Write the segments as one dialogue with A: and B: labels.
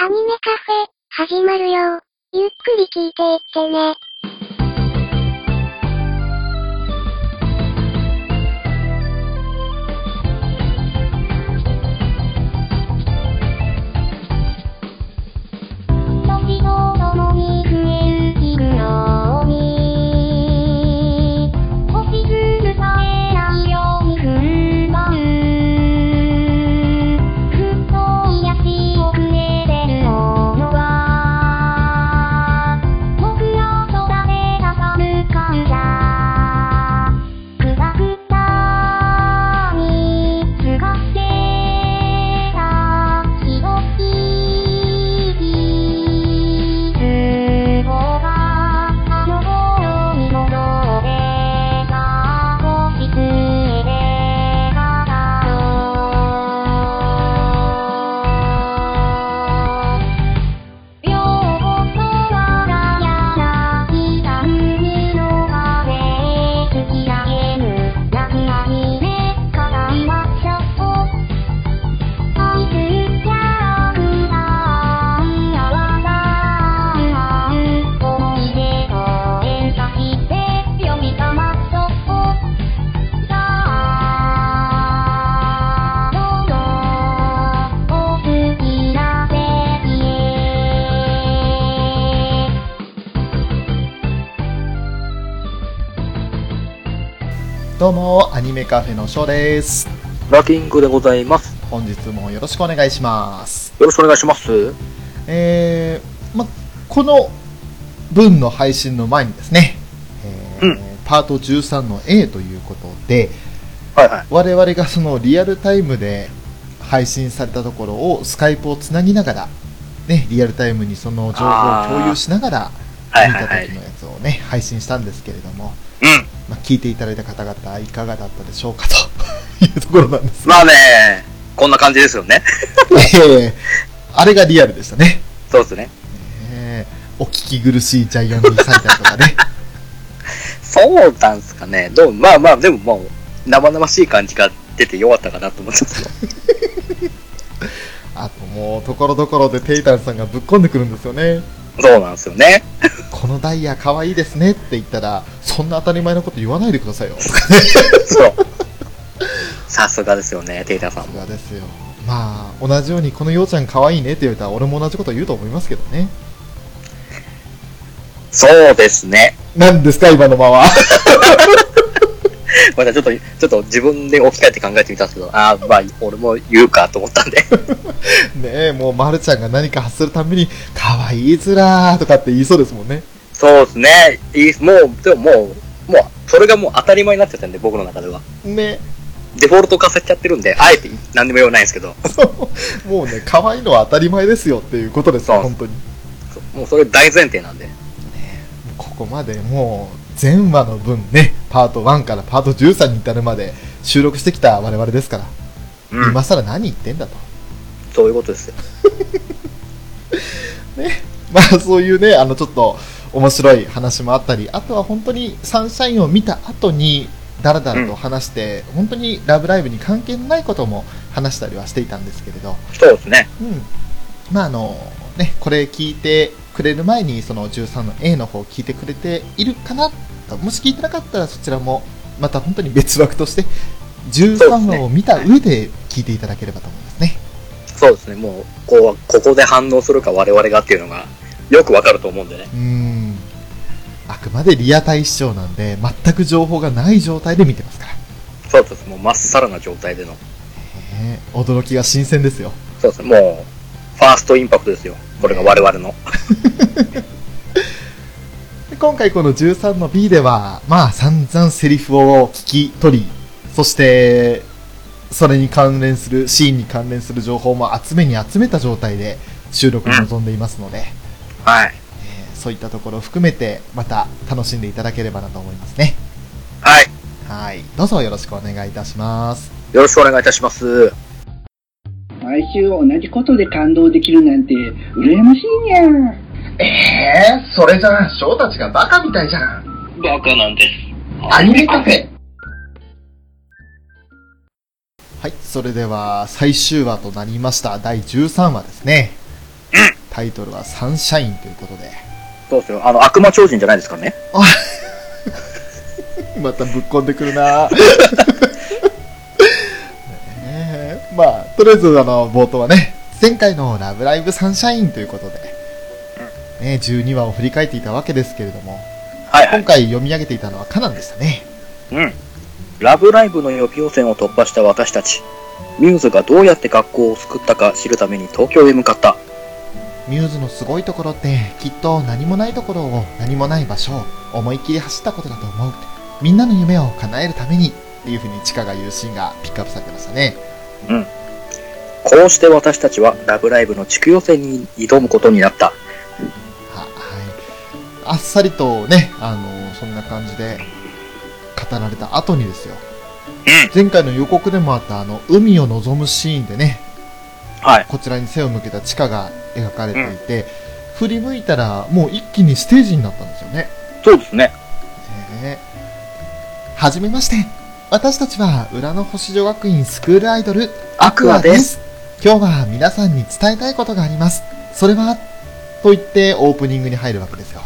A: アニメカフェ、始まるよ。ゆっくり聞いていってね。時とともに増える日のように星しずさえないように踏ん張るふっと癒し遅れてるものは僕ら空で挟む感謝くたくたにすがってたひどいつぼがあの頃に戻ってた星つえで語ろう両言は柳田海の風突き上げる泣きなみで語りましょう愛するキャラクターやわらかな思い出と演歌して呼び覚まそうさあどうぞお好きな席へ
B: どうもアニメカフェのショーです
C: ラキングでございます。
B: 本日もよろしくお願いします
C: よろしくお願いします。
B: えー、まこの分の配信の前にですね、えー
C: うん
B: パート13の A ということで
C: はいはい。
B: 我々がそのリアルタイムで配信されたところをスカイプをつなぎながらね、リアルタイムにその情報を共有しながら
C: はい
B: 見
C: は
B: た
C: いはい
B: 時。のやつをね配信したんですけれども、
C: うん。
B: ま聞いていただいた方々いかがだったでしょうかと いうところなんです
C: まあね、こんな感じですよね。
B: ええあれがリアルでしたね。
C: そうですね。
B: ええお聞き苦しいジャイアンリーサイダーとか ね。
C: そうなんすかね。どうまあまあ、でももう、生々しい感じが出てよかったかなと思ってますよ。
B: あともう、ところどころでテイタンさんがぶっこんでくるんですよね。
C: そうなんですよね。
B: このダイヤ可愛いですねって言ったら、そんな当たり前のこと言わないでくださいよ。さ
C: そう。さすがですよね、テイターさん
B: す
C: も。
B: がですよ。まあ、同じようにこのようちゃん可愛いねって言われたら、俺も同じこと言うと思いますけどね。
C: そうですね。
B: なんですか、今のまま。
C: またちょっと、ちょっと自分で置き換えて考えてみたんですけど、ああ、まあ、俺も言うかと思ったんで。
B: ねえ、もう、まるちゃんが何か発するたんびに、可愛いずらーとかって言いそうですもんね。
C: そうですね。いいもう、でももう、もう、それがもう当たり前になっちゃったんで、僕の中では。
B: ね
C: デフォルト化されちゃってるんで、あえて何でも言わないんですけど、
B: もうね、可愛いのは当たり前ですよっていうことですよ、
C: そう
B: 本当に。
C: そうもうそれ大前提なんで。
B: ここまでもう、前話の分ね、パート1からパート13に至るまで収録してきた我々ですから、
C: うん
B: 今更何言ってんだと。
C: そういうことですよ。
B: まあ、そういうね、あの、ちょっと面白い話もあったり、あとは本当にサンシャインを見た後に、だらだらと話して、本当にラブライブに関係ないことも話したりはしていたんですけれど、
C: そうですね。
B: うん、まああのねこれ聞いてくれる前にその13の A の方を聞いてくれているかなともし聞いてなかったらそちらもまた本当に別枠として13話を見た上で聞いていただければと思いますね
C: そうですね。もう、こう、ここで反応するか我々がっていうのが、よくわかると思うんでね。
B: うんあくまでリアタイ視聴なんで全く情報がない状態で見てますから、
C: そうです。もう、まっさらな状態での。
B: ねえ驚きが新鮮ですよ
C: そうですね。もう、ファーストインパクトですよ。これが我々の。
B: で今回この13の B では、まあ散々セリフを聞き取り、そして、それに関連する、シーンに関連する情報も集めに集めた状態で収録に臨んでいますので、
C: はい。
B: えーそういったところを含めて、また楽しんでいただければなと思いますね。
C: はい。
B: はい。どうぞよろしくお願いいたします。
C: よろしくお願いいたします。
D: 毎週同じことで感動できるなんて羨ましいにゃ
E: ええそれじゃあ、翔たちがバカみたいじゃん。
C: バカなんです。
E: アニメカフェ。
B: はい。それでは、最終話となりました。第13話ですね。タイトルはサンシャインということで。
C: そうですよ。あの、悪魔超人じゃないですからね。
B: またぶっこんでくるな ねえまあ、とりあえずあの、冒頭はね、前回のラブライブサンシャインということで、ね、12話を振り返っていたわけですけれども、
C: はいは
B: 今
C: い。
B: 回読み上げていたのはカナンでしたね。
C: うん。ラブライブの予備予選を突破した私たち。ミューズがどうやって学校を救ったか知るために東京へ向かった。
B: ミューズのすごいところって、きっと何もないところを、何もない場所を思いっきり走ったことだと思う。みんなの夢を叶えるために、っていうふうにチカが言うシーンがピックアップされてましたね。
C: こうして私たちはラブライブの地区予選に挑むことになった。
B: ははい、あっさりとね、あのそんな感じで語られた後にですよ、前回の予告でもあったあの海を望むシーンでね
C: はい。
B: こちらに背を向けた地下が描かれていて、振り向いたらもう一気にステージになったんですよね。
C: そうですね。
B: ねえはじめまして私たちは裏の星女学院スクールアイドル
C: アクアです。
B: す今日は皆さんに伝えたいことがありますそれはと言ってオープニングに入るわけですよ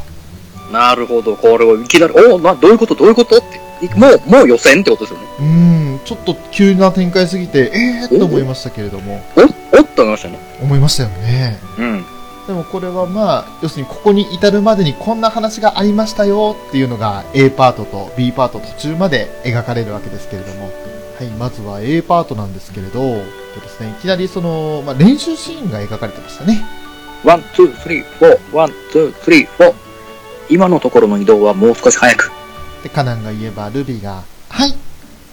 C: なるほど。これをいきなり、おお、な、どういうことどういうことって。もう、もう予選ってことですよね。
B: うーん、ちょっと急な展開すぎて、えーっと思いましたけれども、
C: お、おっと思いましたね。
B: 思いましたよね。
C: うん。
B: でもこれはまあ、要するにここに至るまでにこんな話がありましたよっていうのが A パートと B パート途中まで描かれるわけですけれども、はい、まずは A パートなんですけれど、えっとですね、いきなりその、まあ、練習シーンが描かれてましたね。
C: ワン、ツー、スリー、フォー。ワン、ツー、スリー、フォー。今のところの移動はもう少し早く。
B: で、カナンが言えばルビーが、はいっ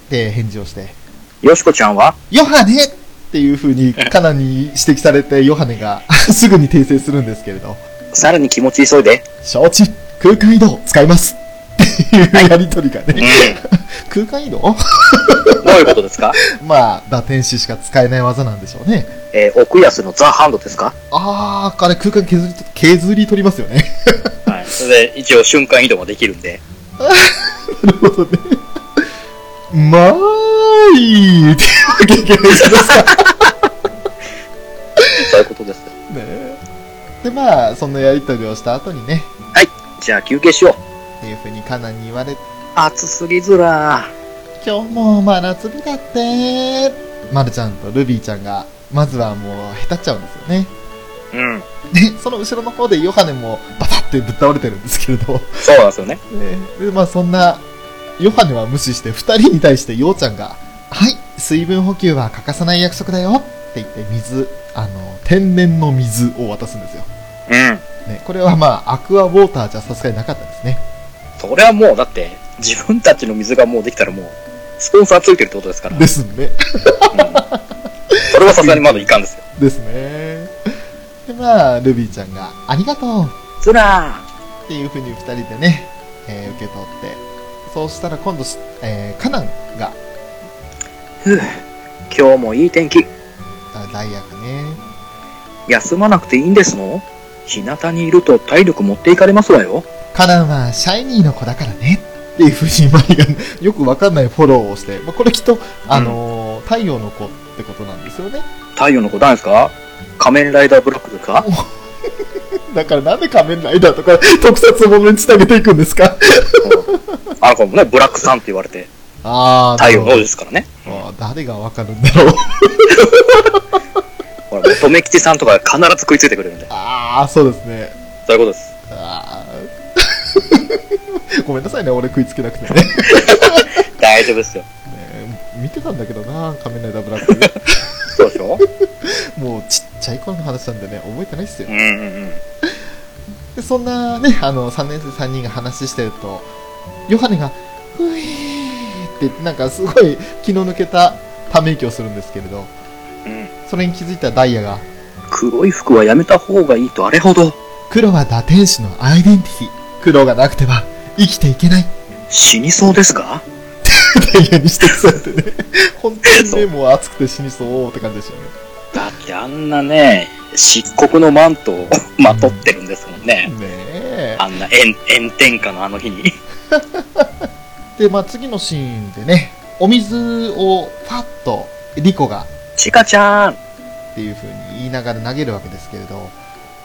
B: て返事をして、
C: よしこちゃんは
B: ヨハネっていう風にカナンに指摘されてヨハネが すぐに訂正するんですけれど、
C: さらに気持ち急いで。
B: 承知空間移動使いますっていうやりとりがね、
C: ど
B: 空間移動
C: ういうことですか
B: まあ、打天使しか使えない技なんでしょうね。
C: えー、奥安のザ・ハンドですか
B: あー、あれ空間削りと、削り取りますよね。
C: はい。それで、一応瞬間移動もできるんで。
B: なるほどね。まーいって言わなきゃいけないじゃないですか。ね
C: そういうことです。
B: えで、まあ、そのやりとりをした後にね、
C: じゃあ休憩しよう。
B: っていう風にカナンに言われて、
C: 暑すぎずら
B: 今日も真夏日だってまるちゃんとルビーちゃんが、まずはもう、下手っちゃうんですよね。
C: うん。
B: で、その後ろの方でヨハネもバタってぶっ倒れてるんですけれど、
C: そうなんですよね。
B: でまあそんな、ヨハネは無視して2人に対してヨウちゃんが、はい、水分補給は欠かさない約束だよって言って水、あの、天然の水を渡すんですよ。
C: うん。
B: ね、これはまあアクアウォーターじゃさすがになかったですね。
C: それはもう、だって、自分たちの水がもうできたらもう、スポンサーついてるってことですから。うん
B: ですね。
C: それはさすがにまだいかんですよ。
B: ですね。でまあ、ルビーちゃんが、ありがとう
C: ずら
B: っていうふうに2人でね、えー受け取って、そうしたら今度、えーカナンが、
C: ふぅ、今日もいい天気。
B: あダイヤがね、
C: 休まなくていいんですの日向にいると体力持っていかれますわよ。
B: カナンはシャイニーの子だからねっていうふうにマリがよくわかんないフォローをして、まあ、これきっと、あのー太陽の子ってことなんですよね。
C: 太陽の子誰ですか仮面ライダーブラックですか
B: だからなんで仮面ライダーとか特撮ものにつなげていくんですか
C: あの子もね、ブラックさんって言われて、
B: あー、
C: 太陽の
B: な
C: 王
B: る
C: ですからね。
B: ほどあー誰がわかるんだろう。
C: ほら、もう留吉さんとか必ず食いついてくれるんで。
B: あー、そうですね。
C: そういうことです。
B: あー ごめんなさいね、俺食いつけなくてね。 ね
C: 大丈夫ですよ。
B: 見てたんだけどな、仮面ライダーブラッ ク。
C: そうでしょ
B: もうちっちゃい頃の話なんでね、覚えてないっすよ
C: う。んうんうん。
B: でそんなね、あの、3年生3人が話してると、ヨハネが、うえーって言って、なんかすごい気の抜けたため息をするんですけれど、
C: うん
B: それに気づいたダイヤが、
C: 黒い服はやめた方がいいとあれほど
B: 黒は堕天使のアイデンティティ。黒がなくては生きていけない。
C: 死にそうですが
B: ダイヤに指摘されてね、本当に
C: そ
B: ね、
C: う
B: もう熱くて死にそうって感じでしたよね。
C: だってあんなね、漆黒のマントを まとってるんですもん
B: ね
C: ね。
B: え。
C: あんな炎炎天下のあの日に。
B: で、まあ次のシーンでね、お水をファッとリコが
C: チカちゃん
B: っていう風に言いながら投げるわけですけれど、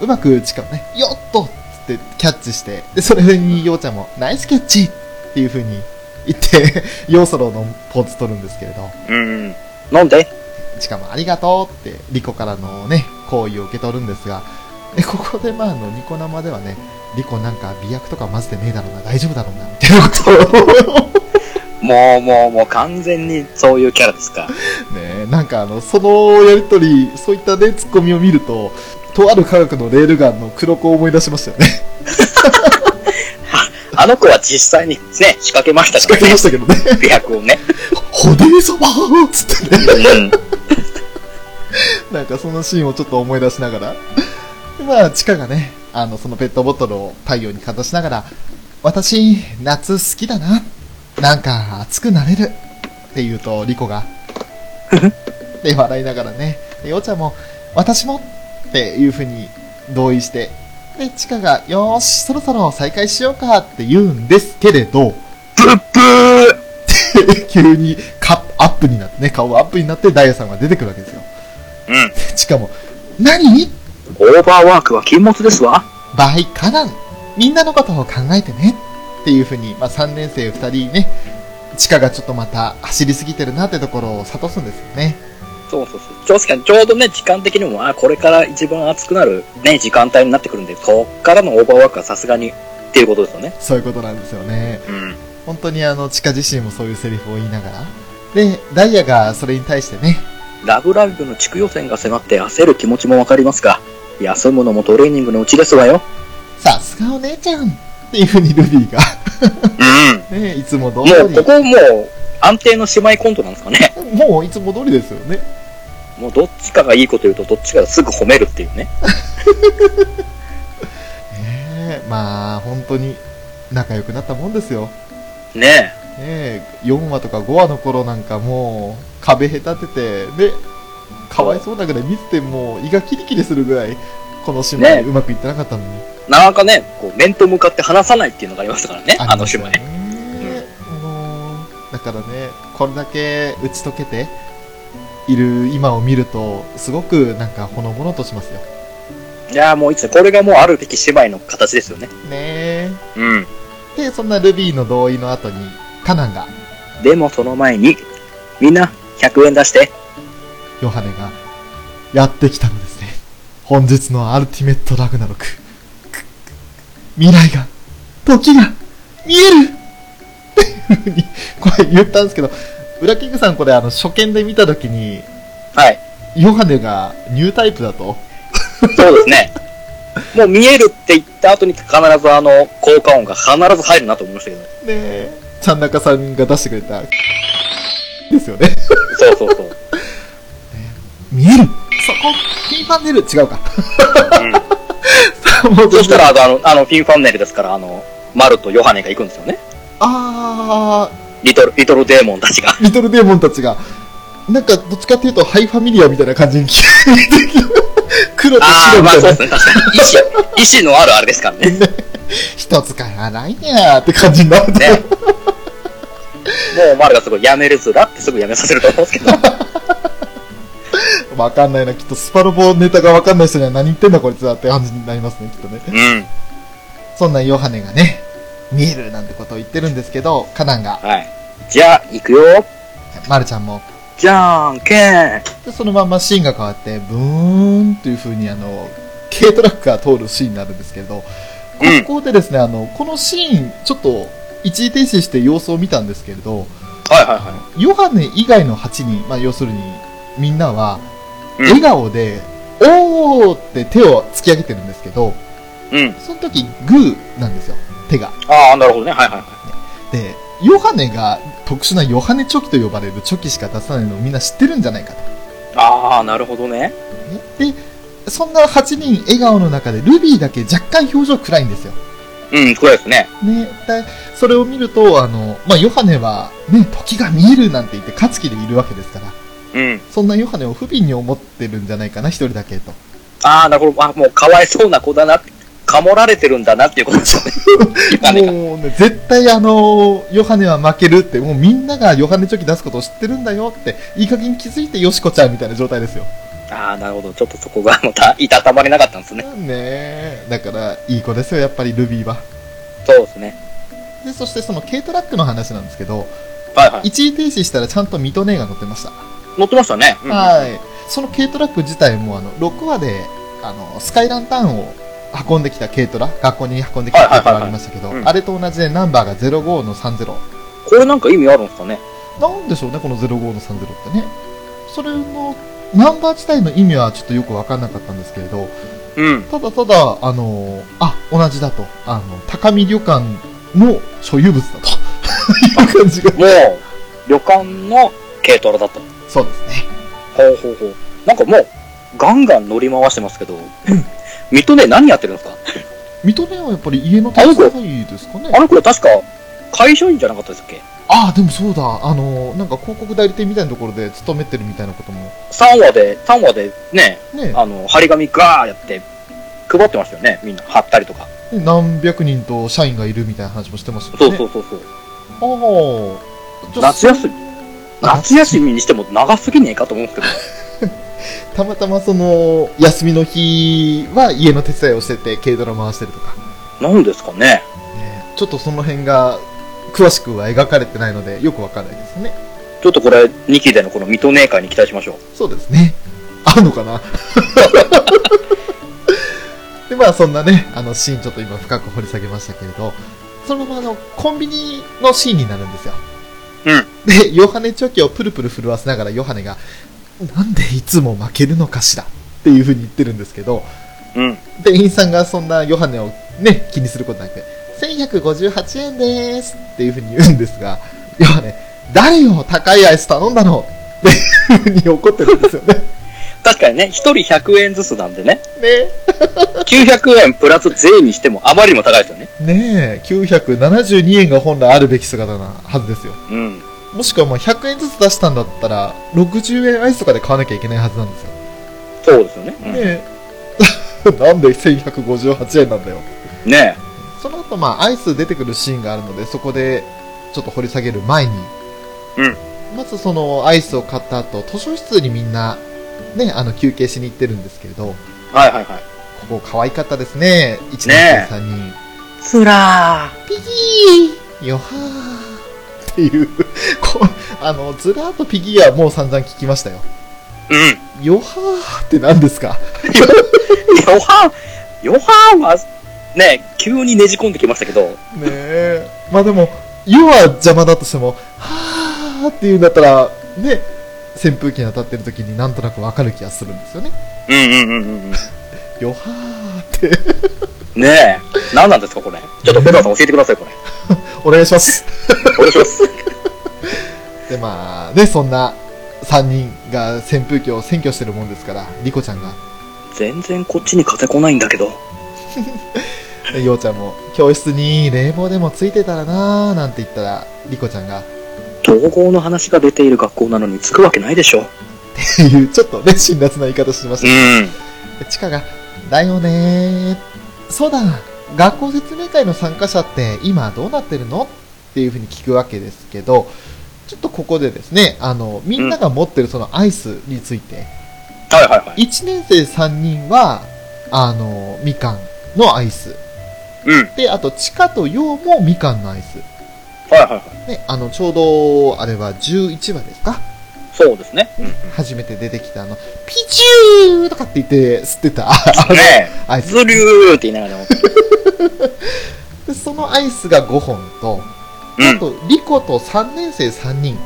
B: うまくチカをね、よっとっつってキャッチして、で、それにようちゃんも、ナイスキャッチっていう風に言って、 ヨウソロのポーズ取るんですけれど、
C: うん。飲んで。
B: チカもありがとうって、リコからのね、好意を受け取るんですが、でここでまあ、あの、ニコ生ではね、リコなんか美薬とか混ぜてねえだろうな、大丈夫だろうな、みたいなことを
C: もうもうもう完全にそういうキャラですか。
B: ねえ、なんかあのそのやりとりそういったねツッコミを見るととある科学のレールガンの黒子を思い出しましたよね
C: あの子は実際にね、仕掛けました
B: 仕
C: か
B: 掛
C: ら
B: け
C: ね
B: まし。たけどね
C: 美 白をね。
B: 骨そばーっつってね
C: う ん。
B: なんかそのシーンをちょっと思い出しながらでまあチカがねあのそのペットボトルを太陽にかざしながら私夏好きだななんか熱くなれるって言うとリコがで笑いながらねでようちゃんも私もっていう風に同意してでチカがよーしそろそろ再開しようかって言うんですけれど
C: ブッブー
B: 急にカップアップになってね顔がアップになってダイヤさんが出てくるわけですよ
C: うん。
B: しかも何
C: オーバーワークは禁物ですわ。
B: バイカナンみんなのことを考えてねっていうふうに、まあ、3年生2人ねチカがちょっとまた走りすぎてるなってところを諭すんですよね
C: そうそうそう。確かにちょうどね、時間的にも、あ、これから一番暑くなるね、時間帯になってくるんで、そっからのオーバーワークはさすがにっていうことですよね。
B: そういうことなんですよね
C: うん。
B: 本当にあのチカ自身もそういうセリフを言いながらでダイヤがそれに対してね
C: ラブライブの地区予選が迫って焦る気持ちもわかりますが、休むのもトレーニングのうちですわよ。
B: さすがお姉ちゃんっていうふうにルビーが、
C: うん。
B: ね、いつも通り
C: もう、ここもう、安定の姉妹コントなんですかね。
B: もういつも通りですよね
C: もう、どっちかがいいこと言うと、どっちかがすぐ褒めるっていうね。
B: ねえまあ本当に仲良くなったもんですよ
C: ね
B: ねえ、4話とか5話の頃なんかもう壁隔てて、ね、かわいそうなぐらい見ててもう胃がキリキリするぐらいこの姉
C: ねえ
B: 妹うまくいってなかったのに、
C: え。なかなかね、こう、面と向かって話さないっていうのがありましたからね、あ
B: り
C: の
B: まし
C: 姉
B: た
C: 妹。
B: ねもうだからねこれだけ打ち解けている今を見るとすごくなんかほのぼのとしますよね
C: いやーもういつ、これがもうあるべき姉妹の形ですよね。
B: え
C: うん。
B: でそんなルビーの同意の後にカナンが
C: でもその前に、みんな100円出して。
B: ヨハネがやってきたのですね。本日のアルティメットラグナロク。未来が、時が、見えるっていうふうに、これ言ったんですけど、ウラキングさんこれあの初見で見たときに、
C: はい。
B: ヨハネがニュータイプだと。
C: そうですね。 もう見えるって言った後に必ずあの、効果音が必ず入るなと思いましたけどね。
B: ねえ。ちゃんなかさんが出してくれた、ですよね。
C: そうそうそう。
B: 見えるそこ、ピンファンネル違うか。 もう
C: そしたらあの、あの、あのフィンファンネルですから、あの、マルとヨハネが行くんですよね。
B: あー、
C: リトル、リトルデーモンたちが。
B: リトルデーモンたちが、なんかどっちかっていうと、ハイファミリアみたいな感じに着替えてきた黒と
C: ああ、
B: 白 み
C: まあ
B: たい
C: そ
B: な、
C: うですね。確かに。意志、意志のあるあれですからね。ね。
B: 一つかやないにゃーって感じになって、
C: もうマルがすごい、やめるずらってすぐやめさせると思うんですけど。
B: わかんないな、きっとスパロボネタがわかんない人には何言ってんだこいつはって感じになりますね、きっとね。
C: うん。
B: そんなヨハネがね、見えるなんてことを言ってるんですけど、カナンが、
C: はい。じゃあ、行くよ。
B: マルちゃんも、
C: じゃんけん。
B: でそのまんまシーンが変わって、ブーンっていう風にあの、軽トラックが通るシーンになるんですけれど、
C: うん
B: ここでですね、あの、このシーン、ちょっと一時停止して様子を見たんですけれど、
C: はいはいは
B: ヨハネ以外の8人、まあ、要するにみんなは、
C: うん
B: 笑顔で、おーって手を突き上げてるんですけど、
C: い。うん。
B: その時グーなんですよ、手が。
C: ああ、なるほどね。はいはいはい。
B: で、ヨハネが特殊なヨハネチョキと呼ばれるチョキしか出さないのをみんな知ってるんじゃないかと。
C: ああ、なるほどね。
B: ねで、そんな8人笑顔の中で、ルビーだけ若干表情暗いんですよ。
C: うん、暗いですね。
B: ね、だそれを見ると、あの、まあ、ヨハネは、ね、時が見えるなんて言って、勝つ気でいるわけですから、
C: うん。
B: そんなヨハネを不憫に思ってるんじゃないかな、一人だけと。
C: ああ、なるほど。あもうかわいそうな子だな。かもられてるんだなっていうことですよね。 今ね
B: もうね、絶対あの、ヨハネは負けるって、もうみんながヨハネチョキ出すことを知ってるんだよって、いい加減気づいてヨシコちゃんみたいな状態ですよ。
C: ああ、なるほど。ちょっとそこが また、いたたまれなかったんですね。
B: ねえだからいい子ですよやっぱりルビーは
C: そうですね。
B: でそしてその軽トラックの話なんですけど
C: はいはい。
B: 一時停止したらちゃんとミトネーが乗ってました、
C: 乗ってましたね。うん
B: はいその軽トラック自体もあの6話であのスカイランタンを運んできた軽トラ学校に運んできた軽トラありましたけど、
C: はいはいはいはいうん
B: あれと同じでナンバーが05の30
C: これなんか意味あるんですかね
B: なんでしょうねこの05の30ってねそれのナンバー自体の意味はちょっとよく分かんなかったんですけれど
C: うん。
B: ただただあのあ同じだとあの高見旅館の所有物だと いう感じが
C: もう、旅館の軽トラだった。
B: そうですね
C: ほうほうほう。なんかもう、ガンガン乗り回してますけど、水戸で何やってるんですか
B: 水戸ではやっぱり家の手伝いですかね
C: あの子確か、会社員じゃなかったですっけ
B: ああでもそうだあのなんか広告代理店みたいなところで勤めてるみたいなことも
C: ?3 話で、3話でね、
B: ね
C: あの、張り紙ガーやって、配ってましたよね。みんな、貼ったりとか。
B: で何百人と社員がいるみたいな話もしてますよね
C: そうそうそうそう。
B: ああじゃあ
C: 夏休み夏休みにしても長すぎねえかと思うんですけど。
B: たまたまその休みの日は家の手伝いをしてて軽ドラ回してるとか、
C: なんですかね
B: ね、ちょっとその辺が詳しくは描かれてないのでよくわかんないですね
C: ちょっとこれ、2期でのこの水戸姉会に期待しましょう。
B: そうですね。あるのかな で、まあそんなね、あのシーンちょっと今深く掘り下げましたけれど、そのままあの、コンビニのシーンになるんですよ。
C: うん。
B: で、ヨハネチョキをプルプル震わせながらヨハネが、なんでいつも負けるのかしらっていうふうに言ってるんですけど、
C: うん。
B: 店員さんがそんなヨハネをね、気にすることなく、1158円でーすっていうふうに言うんですが、ヨハネ、誰よ、高いアイス頼んだのっていうふうに怒ってるんですよね。
C: 確かにね、1人100円ずつなんでね、
B: ね
C: 900円プラス税にしてもあまりにも高いですよね。
B: ねえ、972円が本来あるべき姿なはずですよ。
C: うん。
B: もしくはまあ100円ずつ出したんだったら、60円アイスとかで買わなきゃいけないはずなんですよ。
C: そうですよね。うん
B: ねえ、 なんで1158円なんだよ。
C: ね
B: その後まあアイス出てくるシーンがあるので、そこでちょっと掘り下げる前に、
C: うん
B: まずそのアイスを買った後、図書室にみんな、ね、あの休憩しに行ってるんですけれど、
C: え。はいはいはい。
B: ここ可愛かったですね、1年
C: ね
B: 生3人。
C: つら
B: ピギーよはーっていう、こあの、ずらーっとピギーはもう散々聞きましたよ。
C: ー。うん。
B: よはーって何ですか
C: ヨハン、ヨハンは、ね急にねじ込んできましたけど、
B: ねえ。まあでも、よは邪魔だとしても、はーっていうんだったら、ね、扇風機に当たってる時になんとなくわかる気がするんですよね。
C: うんうんうんうんうん。
B: よはーって、
C: ねえ。何なんですかこれ。ちょっとペロさん教えてください、これ。
B: お願いします。
C: お願いします。
B: で、まあ、ね、そんな3人が扇風機を占拠してるもんですから、リコちゃんが、
C: 全然こっちに風来ないんだけど。
B: でようちゃんも、教室に冷房でもついてたらなーなんて言ったら、リコちゃんが、
C: 統合の話が出ている学校なのにつくわけないでしょ。
B: っていう、 ちょっとね、辛辣な言い方してまし
C: ん。
B: た。チカが、だよねー。そうだ、学校説明会の参加者って今どうなってるのっていうふうに聞くわけですけど、ちょっとここでですね、あの、みんなが持ってるそのアイスについて、
C: はいはいはい。
B: 1年生3人は、あの、みかんのアイス。
C: うん。はい
B: で、あと、チカとヨウもみかんのアイス。
C: はいはい。
B: ね、あの、ちょうど、あれは11話ですか
C: そう ですね。うん。ね
B: 初めて出てきたあの、ピチューとかって言って吸ってた
C: え。
B: アイス。
C: ズリューって言いながらも。
B: でそのアイスが5本と、
C: うん
B: あ。とリコと3年生3人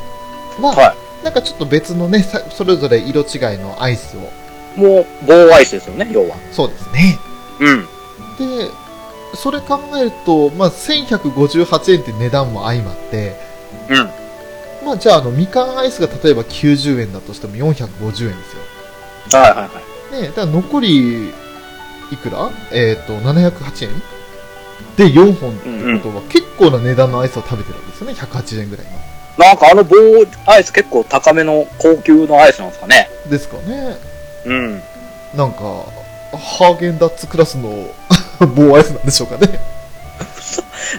B: は、
C: は
B: なんかちょっと別のねさそれぞれ色違いのアイスを
C: い。もう、棒アイスですよね、要は。
B: そうですね
C: うん。
B: でそれ考えると、まあ、1158円って値段も相まって、
C: うん。
B: まあ、じゃああのみかんアイスが例えば90円だとしても450円ですよ
C: はいはいはい。
B: ねだから残りいくらえっ、と708円で4本ってことは結構な値段のアイスを食べてるんですよね180円ぐらいの
C: なんかあの棒アイス結構高めの高級のアイスなんですかね。
B: ですかね
C: うん。
B: なんか、ハーゲンダッツクラスの 棒アイスなんでしょうかね。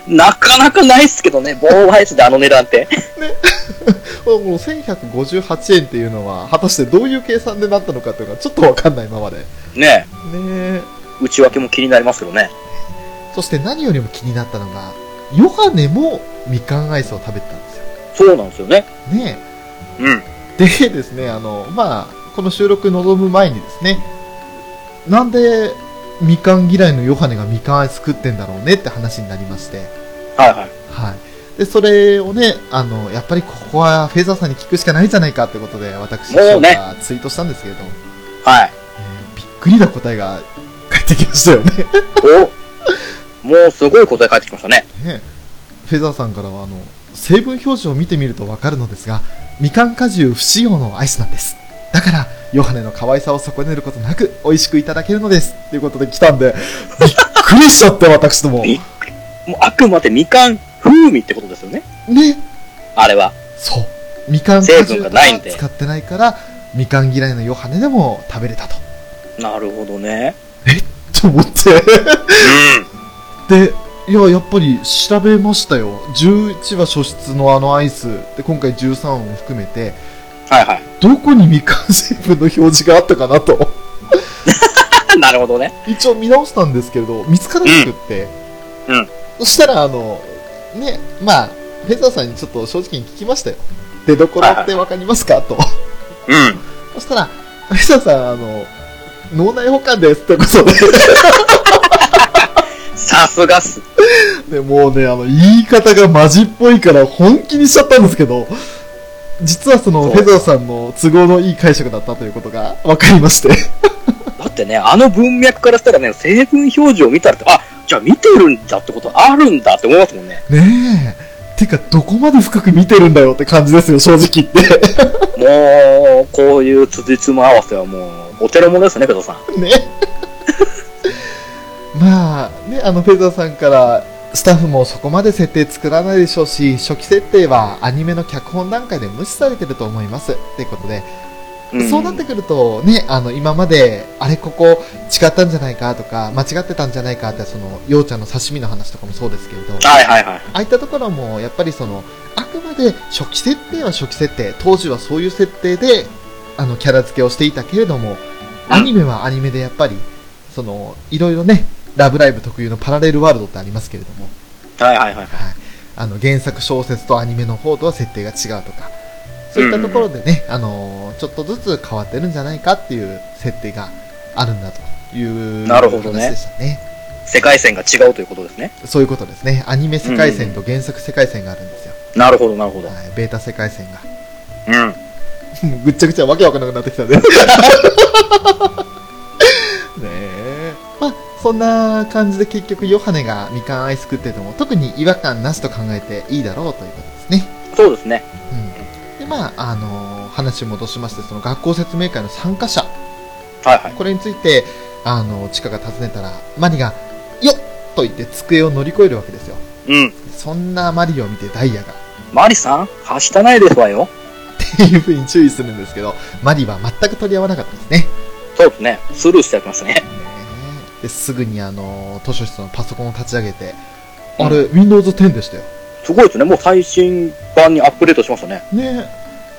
C: なかなかないっすけどね、棒アイスであの値段って。
B: この1158円っていうのは、果たしてどういう計算でなったのかっていうのがちょっとわかんないままで。ね
C: ね
B: え。
C: え、内訳も気になりますけどね。
B: そして何よりも気になったのが、ヨハネもみかんアイスを食べてたんですよ。
C: そうなんですよね。
B: ね
C: うん。
B: え。でですね、あの、まあ、この収録臨む前にですね、なんでみかん嫌いのヨハネがみかんアイス食ってんだろうねって話になりまして、
C: はいはい。
B: はい。で、それをね、あの、やっぱりここはフェザーさんに聞くしかないじゃないかってことで、私、
C: もうね
B: 翔がツイートしたんですけれども、
C: はい。
B: えーびっくりな答えが返ってきましたよね。
C: おもうすごい答え返ってきましたね。
B: ねフェザーさんからは、あの、成分表示を見てみるとわかるのですが、みかん果汁不使用のアイスなんです。だから、ヨハネの可愛さを損ねることなく、美味しくいただけるのです。ということで来たんで、びっくりしちゃって、私ども。
C: びっ
B: ね。
C: くり。もうあくまでみかん風味ってことですよね。あれは。
B: そう。みかん
C: 成
B: 果
C: 分
B: 汁
C: が
B: と
C: ないん
B: か
C: で
B: 使ってないから、みかん嫌いのヨハネでも食べれたと。
C: なるほどね。
B: と思って。
C: う
B: で、いや、やっぱり調べましたよ。11は初出のあのアイス。で、今回13を含めて、
C: ん。はいはい
B: どこにみかん成分の表示があったかなと。
C: あ。なるほどね。
B: 一応見直したんですけれど、見つからなくって。
C: うんうん
B: そしたら、あの、ね、まあ、フェザーさんにちょっと正直に聞きましたよ。出どころってわかりますかと。
C: うん。
B: そしたら、フェザーさん、あの、脳内保管ですってことで。
C: さすがっす。
B: でもうね、あの、言い方がマジっぽいから本気にしちゃったんですけど、実はそ
C: そう
B: の、フェザーさんの都合のいい解釈だったということが分かりまして。
C: だってね、あの文脈からしたらね、成分表示を見たらって、あ、じゃあ見てるんだってことあるんだって思いますもんね。
B: ねえ。てか、どこまで深く見てるんだよって感じですよ、正直言って。
C: もう、こういう辻褄合わせはもう、お手の物ですね、ペドさん。
B: ね。 まあ、ね、あの、フェザーさんから、スタッフもそこまで設定作らないでしょうし、初期設定はアニメの脚本段階で無視されてると思います。ってことで、
C: ん
B: そうなってくると、ね、あの、今まで、あれここ違ったんじゃないかとか、間違ってたんじゃないかって、その、ようちゃんの刺身の話とかもそうですけれど、あ
C: はいはいはい。
B: あいったところも、やっぱりその、あくまで初期設定は初期設定、当時はそういう設定で、あの、キャラ付けをしていたけれども、
C: うん
B: アニメはアニメでやっぱり、その、いろいろね、ラブライブ特有のパラレルワールドってありますけれども、
C: はいはいはい。
B: はい、あの原作小説とアニメの方とは設定が違うとかそういったところでね、あのちょっとずつ変わってるんじゃないかっていう設定があるんだという
C: なるほどね
B: 話でしたね
C: 世界線が違うということですね。
B: そういうことですねアニメ世界線と原作世界線があるんですよ、
C: なるほどなるほど。
B: はい、ベータ世界線が
C: うん。
B: もうぐっちゃぐちゃわけわかんなくなってき たねねえまあそんな感じで結局ヨハネがみかんアイス食ってても特に違和感なしと考えていいだろうということですね
C: そうですね。
B: でまああの話戻しましてその学校説明会の参加者
C: はいはい。
B: これについてあのチカが尋ねたらマリが「よっ!」と言って机を乗り越えるわけですよ
C: うん。
B: そんなマリを見てダイヤがっ
C: マリさん、はしたないですわよ。
B: て いうふうに注意するんですけどマリは全く取り合わなかったですね
C: そうですね。スルーしてやりましたね。
B: ですぐにあの図書室のパソコンを立ち上げてあれ Windows10 でしたよ
C: すごいですね。もう最新版にアップデートしましたね。
B: ね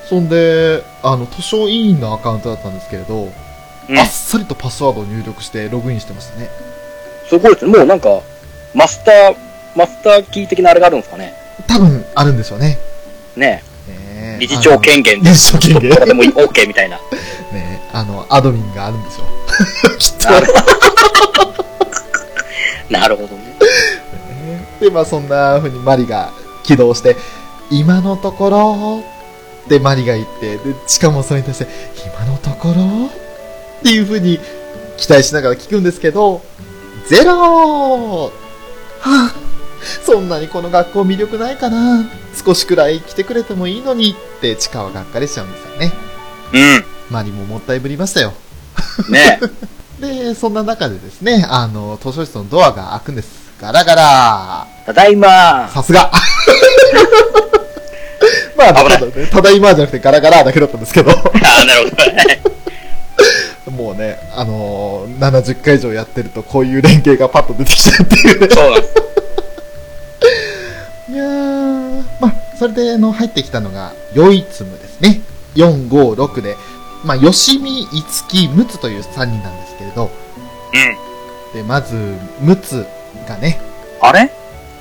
B: そんであの図書委員のアカウントだったんですけれど、
C: うん
B: あっさりとパスワードを入力してログインしてましたね
C: すごいですね。もうなんか、マスター、マスターキー的なあれがあるんですかね。
B: 多分あるんでしょうね。
C: ね
B: ね
C: え理事長権限
B: あの
C: で
B: 理、事長権限
C: とかでも OK みたいな。
B: ねあの、アドミンがあるんでしょ。 きっと。
C: なる なるほどね。
B: ねで、まあそんな風にマリが起動して、今のところってマリが言って、で、しかもそれに対して、今のところっていう風に期待しながら聞くんですけど、ゼローはあ、そんなにこの学校魅力ないかな少しくらい来てくれてもいいのにって、チカはがっかりしちゃうんですよね。
C: う
B: マリももったいぶりましたよ。
C: ん。ね
B: で、そんな中でですね、あの、図書室のドアが開くんです。ガラガラ
C: え。ただいま
B: さすが まあ、
C: 危ない
B: ただねただいまじゃなくてガラガラだけだったんですけど、
C: ああ、なるほどね。
B: もうね、あのー70回以上やってるとこういう連携がパッと出てきちゃうっていうね。
C: そうなんです。
B: いやー、まあ、それであの入ってきたのが、ヨイツムですね。456で、まあ、吉見、いつき、むつという3人なんですけれど、
C: うん。
B: で、まず、むつがね、
C: あれ
B: っ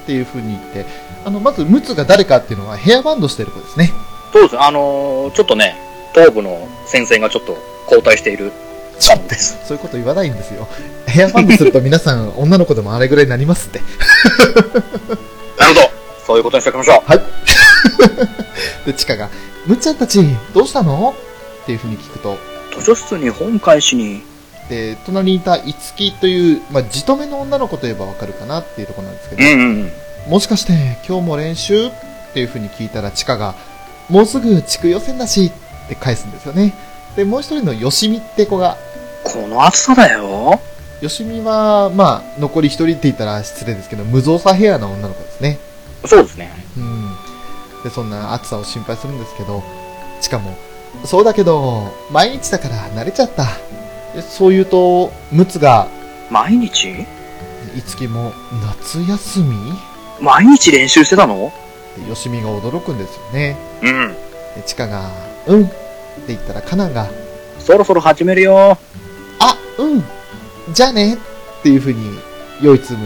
B: ていう風に言って、あの、まず、むつが誰かっていうのはヘアバンドしてる子ですね。
C: そうです。あのーちょっとね、東部の戦線がちょっと後退している
B: ちょっ
C: 感じです。
B: そういうこと言わないんですよ。ヘアバンドすると皆さん、女の子でもあれぐらいになりますって。
C: なるほど。そういうことにしておきましょ
B: で、チカが、むっちゃんたち、どうしたのっていう風に聞くと、
C: う。図書室に本返しに。
B: で、隣にいたいつきという、まあ、じとめの女の子といえばわかるかなっていうところなんですけ
C: う
B: ど、
C: んうんうん。
B: もしかして、今日も練習っていう風に聞いたら、チカが、もうすぐ地区予選だし、って返すんですよね。で、もう一人のよしみって子が、
C: この暑さだよ。
B: よしみは、まあ、残り一人って言ったら失礼ですけど、無造作ヘアな女の子ですね。
C: そうですね。
B: うん。で、そんな暑さを心配するんですけど、しかも、そうだけど、毎日だから慣れちゃった。でそう言うと、ムツが、
C: 毎日
B: いつきも、夏休み
C: 毎日練習してたの
B: でよしみが驚くんですよね。
C: うん。
B: で、チカが、うんって言ったら、カナンが、
C: そろそろ始めるよ。
B: あ、うんじゃあねっていう風に、よいつむ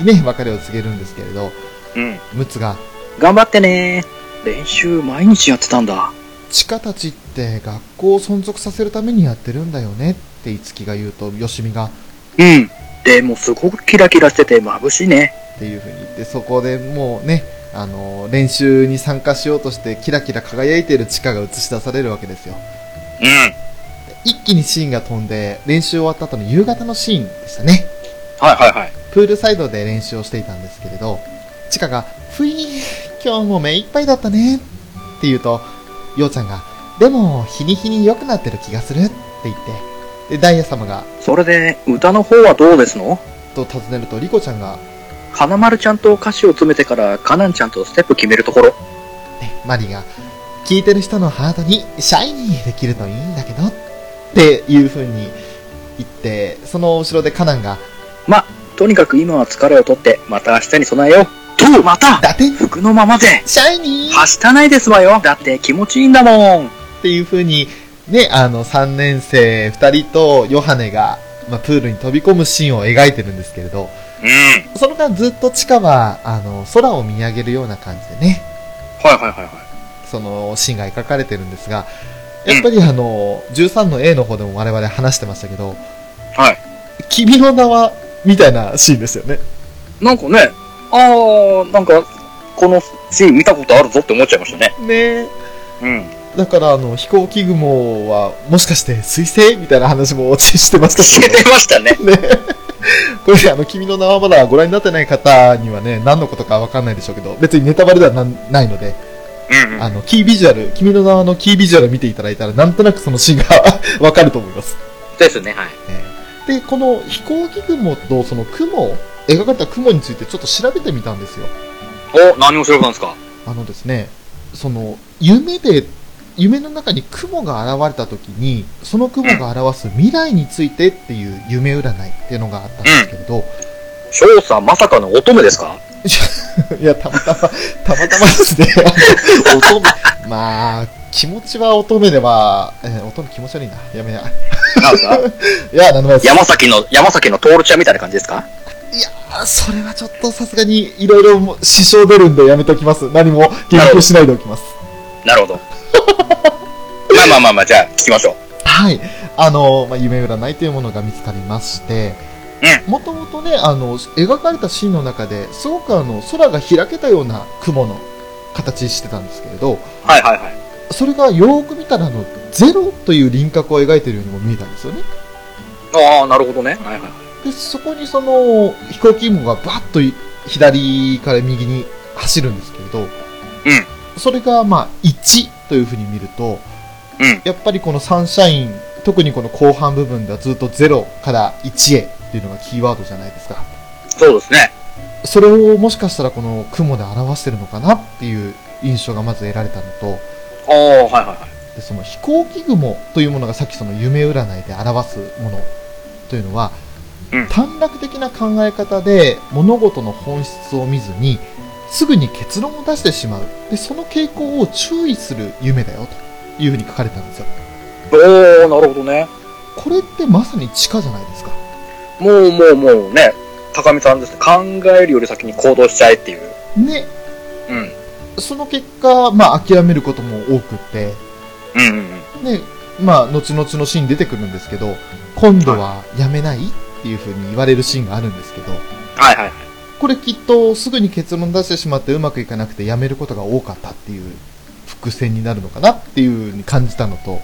B: にね、別れを告げるんですけれど、
C: うん。
B: ムツが、
C: 頑張ってね。練習毎日やってたんだ。
B: チカたちって学校を存続させるためにやってるんだよねっていつきが言うと、よしみが、
C: うん。でもすごくキラキラしてて眩しいね。
B: っていうふうに言ってそこでもうねあの練習に参加しようとしてキラキラ輝いている地下が映し出されるわけですよ
C: うん。
B: 一気にシーンが飛んで練習終わった後の夕方のシーンでしたね
C: はいはいはい。
B: プールサイドで練習をしていたんですけれど地下が「ふい今日も目いっぱいだったね」って言うとようちゃんが「でも日に日に良くなってる気がする」って言ってでダイヤ様が
C: それで、歌の方はどうですの
B: と尋ねるとリコちゃんが
C: 金丸ちゃんと歌詞を詰めてから、カナンちゃんとステップ決めるところ。
B: ね、マリが、聞いてる人のハートにシャイニーできるといいんだけど、っていう風に言って、その後ろでカナンが、
C: とにかく今は疲れを取って、また明日に備えよう。と、また
B: 打点
C: 服のままで
B: シャイニー
C: はしたないですわよだって気持ちいいんだもん
B: っていう風に、ね、あの、3年生2人とヨハネが、まあ、プールに飛び込むシーンを描いてるんですけれど、
C: うん。はい
B: その間ずっと地下は、あの、空を見上げるような感じでね、
C: はいはいは
B: そのシーンが描かれてるんですが、やっぱりあの、13の A の方でも我々話してましたけど、
C: い。はい。
B: 君の名は、みたいなシーンですよね。
C: なんかね、あー、なんか、このシーン見たことあるぞって思っちゃいましたね。
B: ね
C: うん。
B: だからあの飛行機雲はもしかして彗星みたいな話もおちしてました
C: して
B: け
C: ましたね。
B: どねこれあの君の名はまだご覧になってない方にはね何のことかわかんないでしょうけど別にネタバレではなんないので
C: うん
B: あのキービジュアル君の名はのキービジュアルを見ていただいたらなんとなくそのシーンがわかると思います
C: ですね、は
B: で
C: い。
B: この飛行機雲とその雲描かれた雲についてちょっと調べてみたんですよ
C: お、何を調べたんですか
B: あのですね、その、夢で、夢の中に雲が現れた時に、その雲が表す未来についてっていう夢占いっていうのがあったんですけれど、
C: 翔さんまさかの乙女ですか
B: いや、たまたま、たまたまですね、あの乙女、まあ、気持ちは乙女では、えー乙女気持ち悪いな。やめや。
C: なんですか
B: いや、なんでもないです。
C: 山崎の、山崎の徹ちゃんみたいな感じですか
B: あそれはちょっとさすがに、いろいろ支障出るんでやめときます。何も言及しないでおきます。
C: な るほど。まあまあまあまあ、じゃあ、聞きましょう。
B: はい。あの、まあ、夢占いというものが見つかりまして、もともとね、あの、描かれたシーンの中で、すごくあの、空が開けたような雲の形してたんですけれど、
C: はいはいはい。
B: それがよーく見たら、あの、ゼロという輪郭を描いているようにも見えたんですよね。
C: ああ、なるほどね。はいはい。
B: で、そこにその、飛行機雲がバッとい左から右に走るんですけれど、それが、まあ、1というふうに見ると、
C: うん
B: やっぱりこのサンシャイン、特にこの後半部分ではずっと0から1へっていうのがキーワードじゃないですか。
C: そうですね。
B: それをもしかしたらこの雲で表してるのかなっていう印象がまず得られたのと、
C: ああ、はいはいはい。
B: でその飛行機雲というものがさっきその夢占いで表すものというのは、
C: うん
B: 短絡的な考え方で物事の本質を見ずにすぐに結論を出してしまう。で、その傾向を注意する夢だよ、というふうに書かれてたんですよ。
C: おー、なるほどね。
B: これってまさに地下じゃないですか。
C: もうもうもうね、高見さんですね。考えるより先に行動しちゃえっていう。
B: ね、
C: うん。
B: その結果、まあ、諦めることも多くって、
C: うんうんうん。
B: で、まあ、後々のシーン出てくるんですけど、今度はやめないっていうふうに言われるシーンがあるんですけど、
C: はいはいはい。
B: これきっとすぐに結論出してしまってうまくいかなくてやめることが多かったっていう伏線になるのかなっていうふうに感じたのと、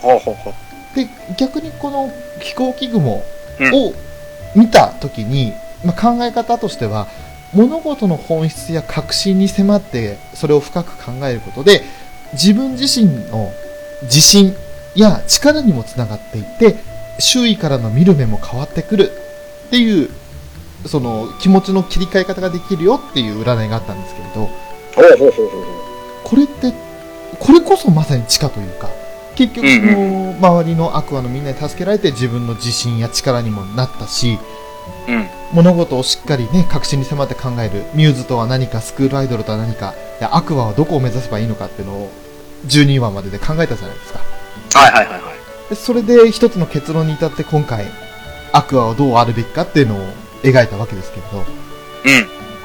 C: ほうほうほう。
B: で、逆にこの飛行機雲を
C: うん
B: 見た時に、まあ、考え方としては、物事の本質や核心に迫って、それを深く考えることで、自分自身の自信や力にもつながっていって、周囲からの見る目も変わってくるっていう、その気持ちの切り替え方ができるよっていう占いがあったんですけれど、
C: ほうほうほうほうほう。
B: これってこれこそまさに地下というか結局
C: うん
B: こう周りのアクアのみんなに助けられて自分の自信や力にもなったし
C: うん。
B: 物事をしっかりね確信に迫って考えるミューズとは何かスクールアイドルとは何かでアクアはどこを目指せばいいのかっていうのを12話までで考えたじゃないですか
C: はいはいはいはい。
B: でそれで一つの結論に至って今回アクアはどうあるべきかっていうのを描いたわけですけれど
C: うん。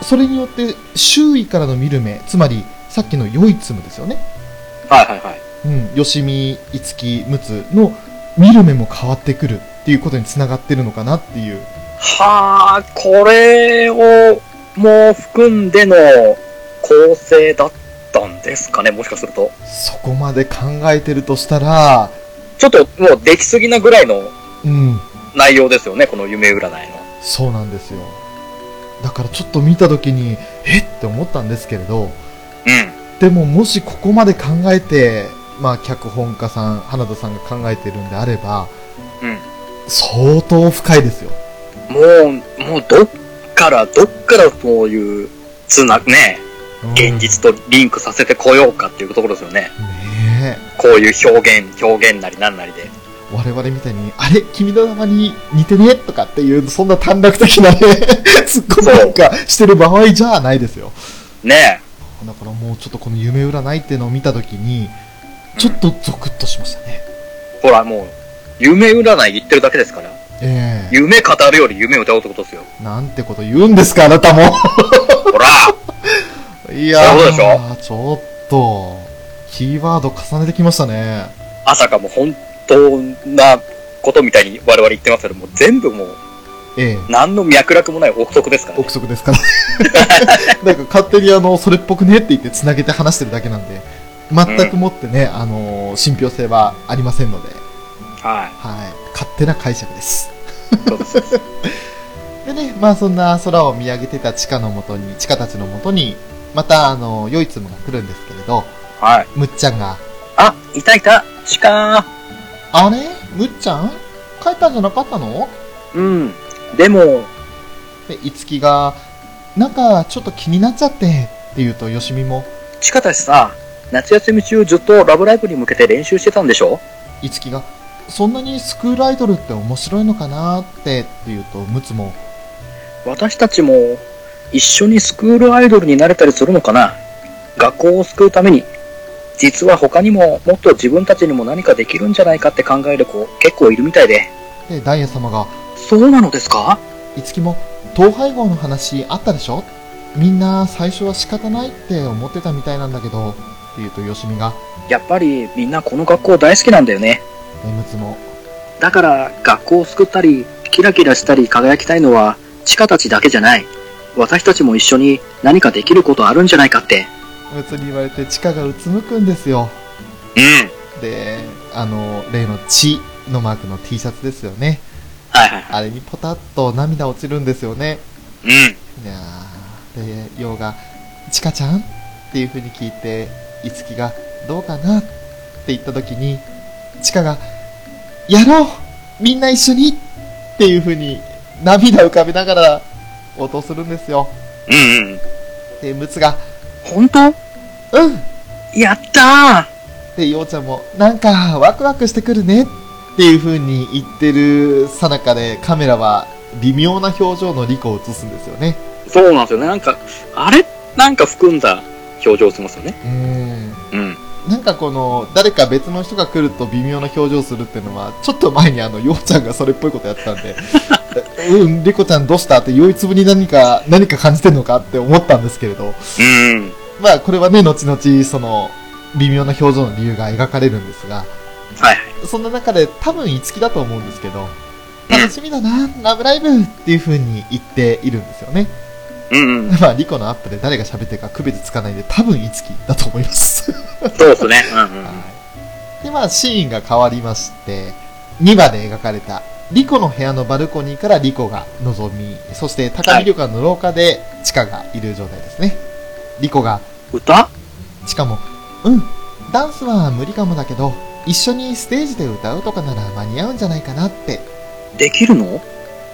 B: それによって周囲からの見る目つまりさっきの良いツムですよね
C: はいはいはい。
B: うん、よしみ、いつき、むつの見る目も変わってくるっていうことにつながってるのかなっていう。
C: はあ、これをもう含んでの構成だったんですかね、もしかすると。
B: そこまで考えてるとしたら、
C: ちょっともうできすぎなぐらいの
B: うん、
C: 内容ですよね、この夢占いの。
B: そうなんですよ。だからちょっと見た時に、えっって思ったんですけれど、
C: うん。
B: でももしここまで考えて、まあ脚本家さん、花田さんが考えてるんであれば、
C: うん
B: 相当深いですよ。
C: もう、もうどっから、どっからそういう、つな、ね、
B: うん
C: 現実とリンクさせてこようかっていうところですよね。
B: ねえ。
C: こういう表現、表現なりなんなりで。
B: 我々みたいに、あれ君の名前に似てねとかっていう、そんな短絡的 なね、ツッコミなんかしてる場合じゃないですよ。
C: ね
B: だからもうちょっとこの夢占いっていうのを見たときに、ちょっとゾクッとしましたね。
C: ほらもう、夢占い言ってるだけですから。
B: ええ
C: 夢語るより夢を歌うってことですよ。
B: なんてこと言うんですか、あなたも。
C: ほら
B: い
C: そうでし
B: や
C: ょ
B: ー、ちょっと、キーワード重ねてきましたね。
C: あさかも本当なことみたいに我々言ってますけど、もう全部もう
B: ええ
C: 何の脈絡もない憶測ですから、ね
B: 憶。測ですから。 なんか勝手にあの、それっぽくねって言って繋げて話してるだけなんで、全くもってね、あのー信憑性はありませんので。
C: は
B: はい。勝手な解釈です。
C: い。そうです。
B: でね、まあそんな空を見上げてた地下のもとに、地下たちのもとに、またあの、良いつむが来るんですけれど、
C: はい。
B: むっちゃんが、
C: あ、いたいた鹿
B: あれむっちゃん帰ったんじゃなかったの
C: うん。でも、
B: で、いつきが、なんかちょっと気になっちゃって、って言うと、よしみも、
C: 鹿たちさ、夏休み中ずっとラブライブに向けて練習してたんでしょ
B: いつきが、そんなにスクールアイドルって面白いのかなって、って言うと、むつも、
C: 私たちも一緒にスクールアイドルになれたりするのかな学校を救うために。実は他にももっと自分たちにも何かできるんじゃないかって考える子結構いるみたいで。
B: で、ダイヤ様が、
C: そうなのですか
B: いつきも統廃合の話あったでしょみんな最初は仕方ないって思ってたみたいなんだけどって言うとよしみが
C: やっぱりみんなこの学校大好きなんだよね。
B: むつも
C: だから学校を救ったり、キラキラしたり輝きたいのは、チカたちだけじゃない。私たちも一緒に何かできることあるんじゃないかって。
B: むつに言われて地下がうつむくんですよ
C: うん。
B: であの例の「血」のマークの T シャツですよね
C: はいはい。
B: あれにポタッと涙落ちるんですよね
C: うん。
B: いやーでようが「ちかちゃん?」っていう風に聞いていつきが「どうかな?」って言った時にちかが「やろうみんな一緒に!」っていう風に涙浮かべながら応答するんですよ
C: うんうん。
B: でむつが
C: 本当
B: 「うん!
C: やった」
B: でようちゃんも「なんかワクワクしてくるね」っていう風に言ってるさなかでカメラは微妙な表情のリコを映すんですよね
C: ーそうなんですよね。なんか、あれなんか含んだ表情をしてますよね。
B: うん。
C: うん。
B: なんかこの、誰か別の人が来ると微妙な表情するっていうのは、ちょっと前にあの、ようちゃんがそれっぽいことやってたんで、 うん、りこちゃんどうしたって、酔いつぶに何か、何か感じてんのかって思ったんですけれど、
C: うん。
B: まあこれはね、後々、その、微妙な表情の理由が描かれるんですが、
C: はいはい。
B: そんな中で多分五木だと思うんですけど、楽しみだな、ラブライブっていう風に言っているんですよね。
C: うん、うん。
B: まあ、リコのアップで誰が喋ってるか区別つかないんで、多分五木だと思います。
C: そうですね。うんうん。
B: はいで、まあ、シーンが変わりまして、2話で描かれた、リコの部屋のバルコニーからリコが望み、そして高見旅館の廊下で地下がいる状態ですね。リコが、
C: 歌
B: しかも、うん、ダンスは無理かもだけど、一緒にステージで歌うとかなら間に合うんじゃないかなって
C: できるの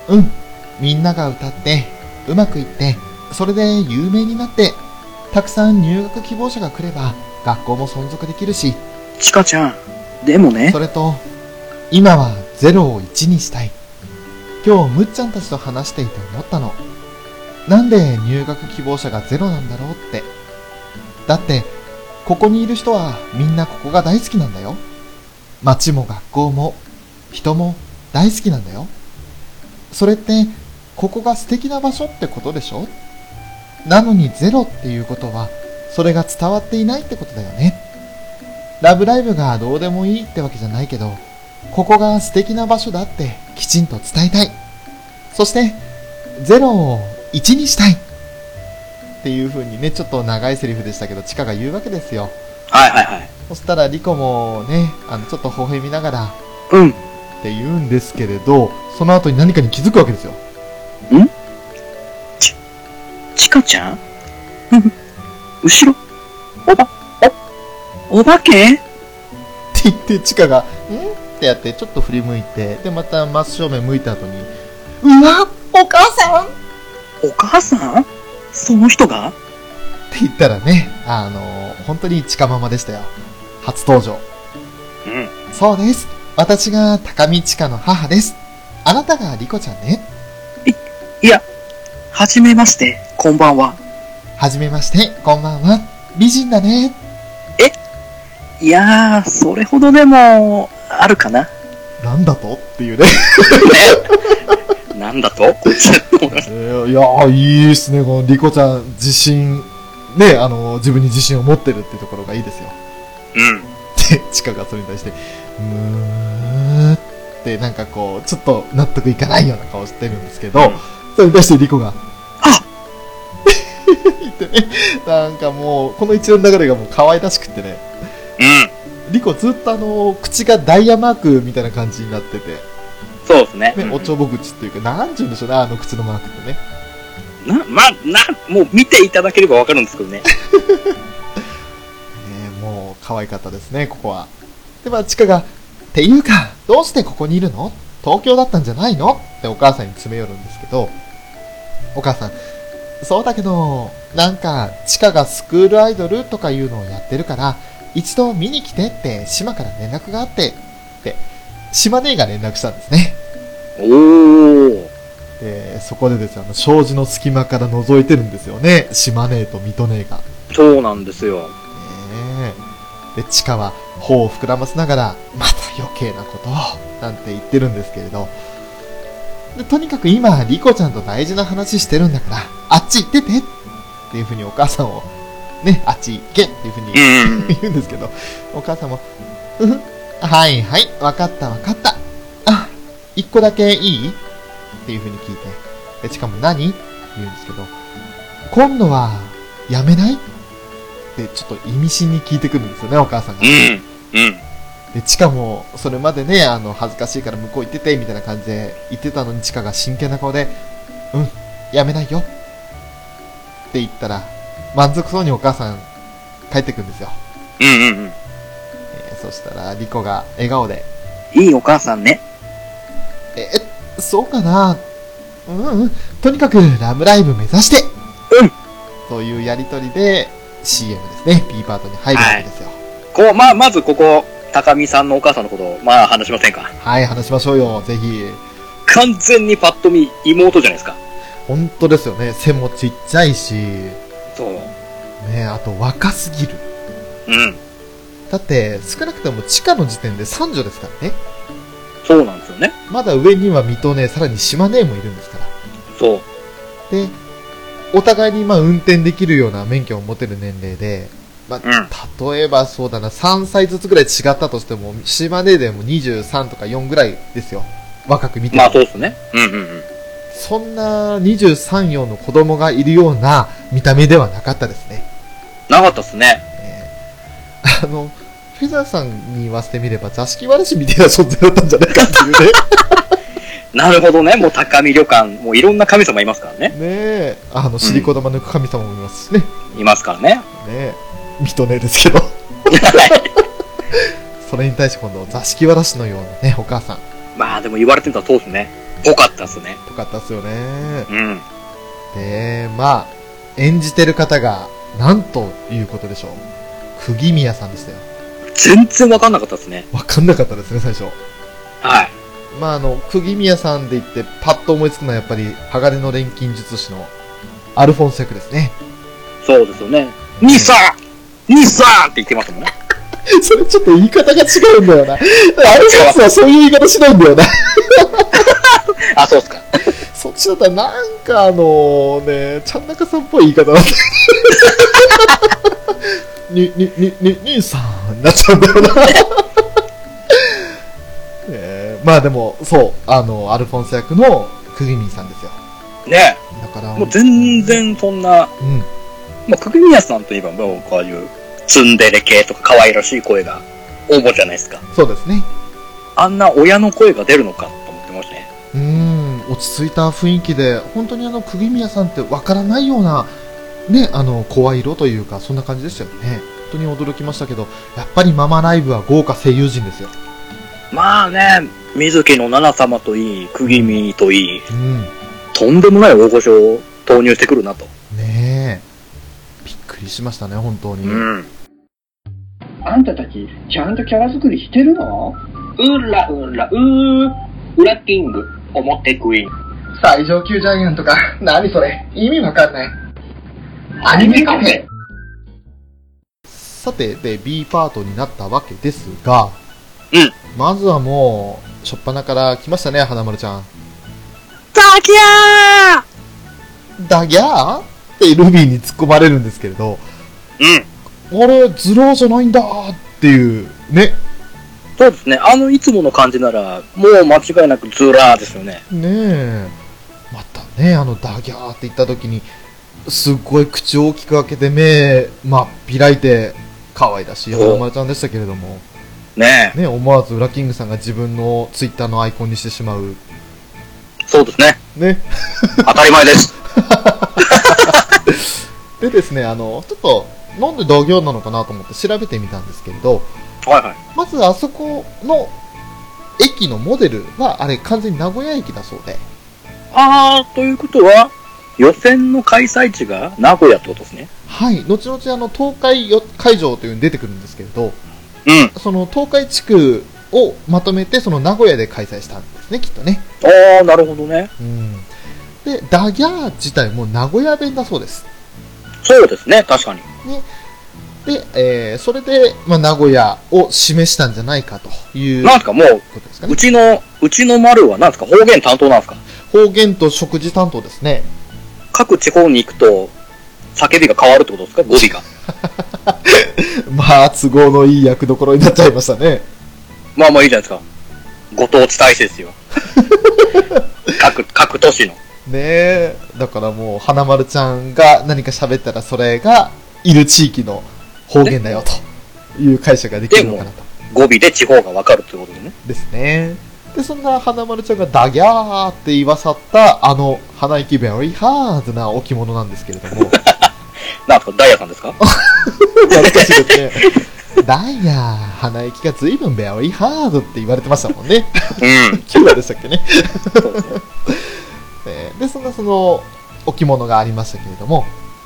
B: うん。みんなが歌って、うまくいって、それで有名になって、たくさん入学希望者が来れば、学校も存続できるし、
C: チカちゃん。でもね
B: そ。れと、今は0を1にしたい。今日、むっちゃんたちと話していて思ったの。なんで入学希望者が0なんだろうって。だって、ここにいる人はみんなここが大好きなんだよ。街も学校も、人も大好きなんだよ。それって、ここが素敵な場所ってことでしょなのにゼロっていうことは、それが伝わっていないってことだよね。ラブライブがどうでもいいってわけじゃないけど、ここが素敵な場所だってきちんと伝えたい。そして、ゼロを1にしたい。っていう風にね、ちょっと長いセリフでしたけど、チカが言うわけですよ。
C: はいはいはい。
B: そしたらリコもね、あの、ちょっと微笑みながら
C: うん。
B: って言うんですけれど、その後に何かに気づくわけですよ。
C: チカちゃん うん後ろ。おば、お、お化け
B: って言って、チカが、んってやって、ちょっと振り向いて、で、また真正面向いた後に、うわお母さんっ
C: お母さんその人が
B: て言ったらね、あの本当にチカママでしたよ。初登場。
C: うん。
B: そうです。私が高見チカの母です。あなたがリコちゃんね。
C: いや、はじめまして、こんばんは。
B: はじめまして、こんばんは。美人だね。
C: いやー、それほどでも、あるかな。
B: なんだとっていうね。
C: なんだと
B: いやいいですね、このリコちゃん、自信、ね、あの自分に自信を持ってるってところがいいですよ。
C: うん。
B: で、チカがそれに対して、むーって、なんかこう、ちょっと納得いかないような顔してるんですけど、
C: うん
B: それに対してリコが、
C: あ
B: 言ってね、なんかもう、この一連の流れがもう可愛らしくってね、
C: うん。
B: リコずっとあの、口がダイヤマークみたいな感じになってて、
C: そうですね。
B: ね、おちょぼ口っていうか、なんちゅうんでしょうね、あの口のマークってね。
C: な、まあ、な、もう見ていただければわかるんですけどね。
B: ねえもう可愛かったですね、ここは。で、まあ、チカが、っていうか、どうしてここにいるの東京だったんじゃないのってお母さんに詰め寄るんですけど、お母さん、そうだけど、なんか、チカがスクールアイドルとかいうのをやってるから、一度見に来てって、島から連絡があって、って、島姉が連絡したんですね。
C: おー。
B: で、そこでですね、あの、障子の隙間から覗いてるんですよね、島姉と水戸姉が。
C: そうなんですよ。
B: ねえで、チカは頬を膨らませながら、また余計なことを、なんて言ってるんですけれど。で、とにかく今、リコちゃんと大事な話してるんだから、あっち行っててっていうふうにお母さんを、ね、あっち行けっていうふうに
C: ん
B: 言うんですけど、お母さんも、うふはいはい、わかったわかった。あ、一個だけいいっていうふうに聞いて、で、しかも何って言うんですけど、今度は、やめないって、ちょっと意味深に聞いてくるんですよね、お母さんが。
C: ん。うん。
B: で、チカも、それまでね、あの、恥ずかしいから向こう行ってて、みたいな感じで言ってたのに、チカが真剣な顔で、うん、やめないよ。って言ったら、満足そうにお母さん、帰ってくるんですよ。
C: うんうん
B: えーそしたら、リコが笑顔で、
C: うん。いいお母さんね。
B: え、えそうかなうんうん、とにかく、ラブライブ目指して
C: うん
B: というやりとりで、CM ですね、B パートに入るわけですよ。
C: こう、まあ、まずここ、高見さんのお母さんのことを、まあ、話しませんか。
B: はい、話しましょうよ、ぜひ。
C: 完全にパッと見、妹じゃないですか。
B: 本当ですよね、背もちっちゃいし、
C: そう。
B: ねあと若すぎる。
C: うん。
B: だって、少なくとも地下の時点で三女ですからね。
C: そうなんですよね。
B: まだ上には水戸ね、さらに島根もいるんですから。
C: そう。
B: で、お互いにまあ運転できるような免許を持てる年齢で、まあ、例えばそうだな、3歳ずつぐらい違ったとしても、島根でも23とか4ぐらいですよ。若く見ても
C: まあそうですね。うんうんうん。
B: そんな23、4の子供がいるような見た目ではなかったですね。
C: なかったっすね。
B: えーあの、フェザーさんに言わせてみれば、座敷わらしみたいな存在だったんじゃないかっていうね。
C: なるほどね。もう高見旅館、もういろんな神様いますから
B: ね
C: ね。
B: え、あの、尻子玉の神様もいますしね。ね
C: いますからね。
B: え、水戸ねです けど。それに対して今度、座敷わらしのようなね、お母さん。
C: まあでも言われてみたらそうですね。ぽかったっすね。
B: よかったですよね。
C: うん。
B: で、まあ、演じてる方が、なんということでしょう。釘宮さんでしたよ。
C: 全然わかんなかったっすね。
B: わかんなかったですね、最初。
C: はい。
B: まあ、あの、釘宮さんで言って、パッと思いつくのはやっぱり、鋼の錬金術師の、アルフォンセクですね。
C: そうですよね。兄さん兄さんって言ってますもんね。
B: それちょっと言い方が違うんだよな。アルフォンセはそういう言い方しないんだよな。
C: あ、そうっすか。
B: そっちだったらなんかあのね、ちゃん中さんっぽい言い方なんだ に、に、に、に、兄さんになっちゃうんだよな。 えーまあでも、そう、あの、アルフォンス役のクギミンさんですよ。
C: ね
B: だから、
C: えもう全。然そんな、
B: うん。
C: まあ、久々宮さんといえば、もうこういう、ツンデレ系とか可愛らしい声が、応募じゃないですか。
B: そうですね。
C: あんな親の声が出るのかと思ってましたね。
B: うーん、落ち着いた雰囲気で、本当にあの、クギミヤさんってわからないような、ね、あの、声色というか、そんな感じでしたよね。本当に驚きましたけど、やっぱりママライブは豪華声優陣ですよ。
C: まあね、水木の七様といい、釘見といい、
B: うん。
C: とんでもない大御所を投入してくるなと。
B: ねえ。びっくりしましたね、本当に。
C: ん。
D: あんたたち、ちゃんとキャラ作りしてるのうらうらうー、うらキング、表クイーン。
E: 最上級ジャイアントか。何それ意味わかんない。アニメカフェ
B: さて、で、B パートになったわけですが、
C: うん
B: まずはもう、初っ端から来ましたね、花丸ちゃん。
C: ザキヤ
B: ダギャーってルビーに突っ込まれるんですけれど、
C: ーうん。
B: あれ、ズラじゃないんだーっていう、ね、
C: そうですね。あの、いつもの感じなら、もう間違いなくズラーですよね。
B: ねえ。またね、あの、ダギャーって言った時に、すっごい口を大きく開けて目、まあ、開いて、可愛らしい花丸ちゃんでしたけれども。
C: ね
B: ね、思わず裏キングさんが自分のツイッターのアイコンにしてしまう。
C: え。そうですね。
B: ね。
C: 当たり前です。
B: でですね、あの、ちょっと、なんで同業なのかなと思って調べてみたんですけれど、
C: はいはい。
B: まずあそこの駅のモデルは、あれ完全に名古屋駅だそうで、
C: あー、ということは、予選の開催地が名古屋ってことですね。
B: はい、後々あの、東海よ会場というのに出てくるんですけれど、
C: うん。
B: その東海地区をまとめて、その名古屋で開催したんですね、きっとね。
C: あー、なるほどね。
B: うん。で、ダギャー自体も名古屋弁だそうです。
C: そうですね、確かに。
B: で、えーそれで、まあ、名古屋を示したんじゃないかという
C: な
B: こ
C: んすか、もう、
B: とですか
C: う
B: ね。
C: ちの、うちの丸はなんですか方言担当なんですか
B: 方言と食事担当ですね。
C: 各地方に行くと、叫びが変わるってことですか語尾が。
B: まあ、都合のいい役どころになっちゃいましたね。
C: まあまあいいじゃないですか。ご当地大使ですよ。 各、各都市の。
B: ねえ。だからもう、花丸ちゃんが何か喋ったら、それがいる地域の方言だよという解釈ができるのかなと。
C: 語尾で地方がわかるってことでね。
B: ですね。で、そんな花丸ちゃんがダギャーって言わさった、あの、鼻息ベリーハードな置物なんですけれども。
C: なんですかダイヤさんですか
B: 懐かしいですね。 ダイヤ、鼻息がずいぶんベアウェイハードって言われてましたもんね。
C: うん。
B: 9話でしたっけ ね。
C: そうですね。
B: えーで、そんなその、置物がありましたけれども、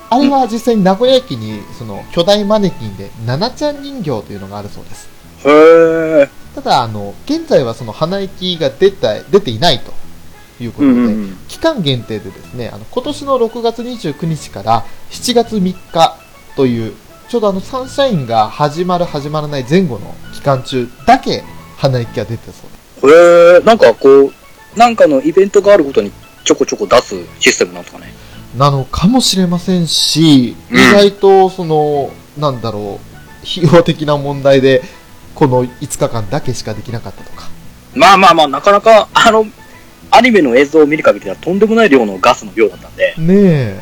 B: あれは実際に名古屋駅に、その、巨大マネキンで、ナナちゃん人形というのがあるそうです。
C: へえ。
B: ただ、あの、現在はその、鼻息が出た、出ていないということ
C: うん
B: で、
C: うん
B: 期間限定でですね、あの今年の6月29日から7月3日という、ちょうどあのサンシャインが始まる始まらない前後の期間中だけ花行きが出てそうで
C: うん。へえ、なんかこう、なんかのイベントがあるごとにちょこちょこ出すシステムなんですかね。
B: す。なのかもしれませんし、意
C: うん
B: 外とその、なんだろう、費用的な問題で、この5日間だけしかできなかったとか。
C: まあまあまあ、なかなか、あの、アニメの映像を見る限りではとんでもない量のガスの量だったんで、
B: ねえ。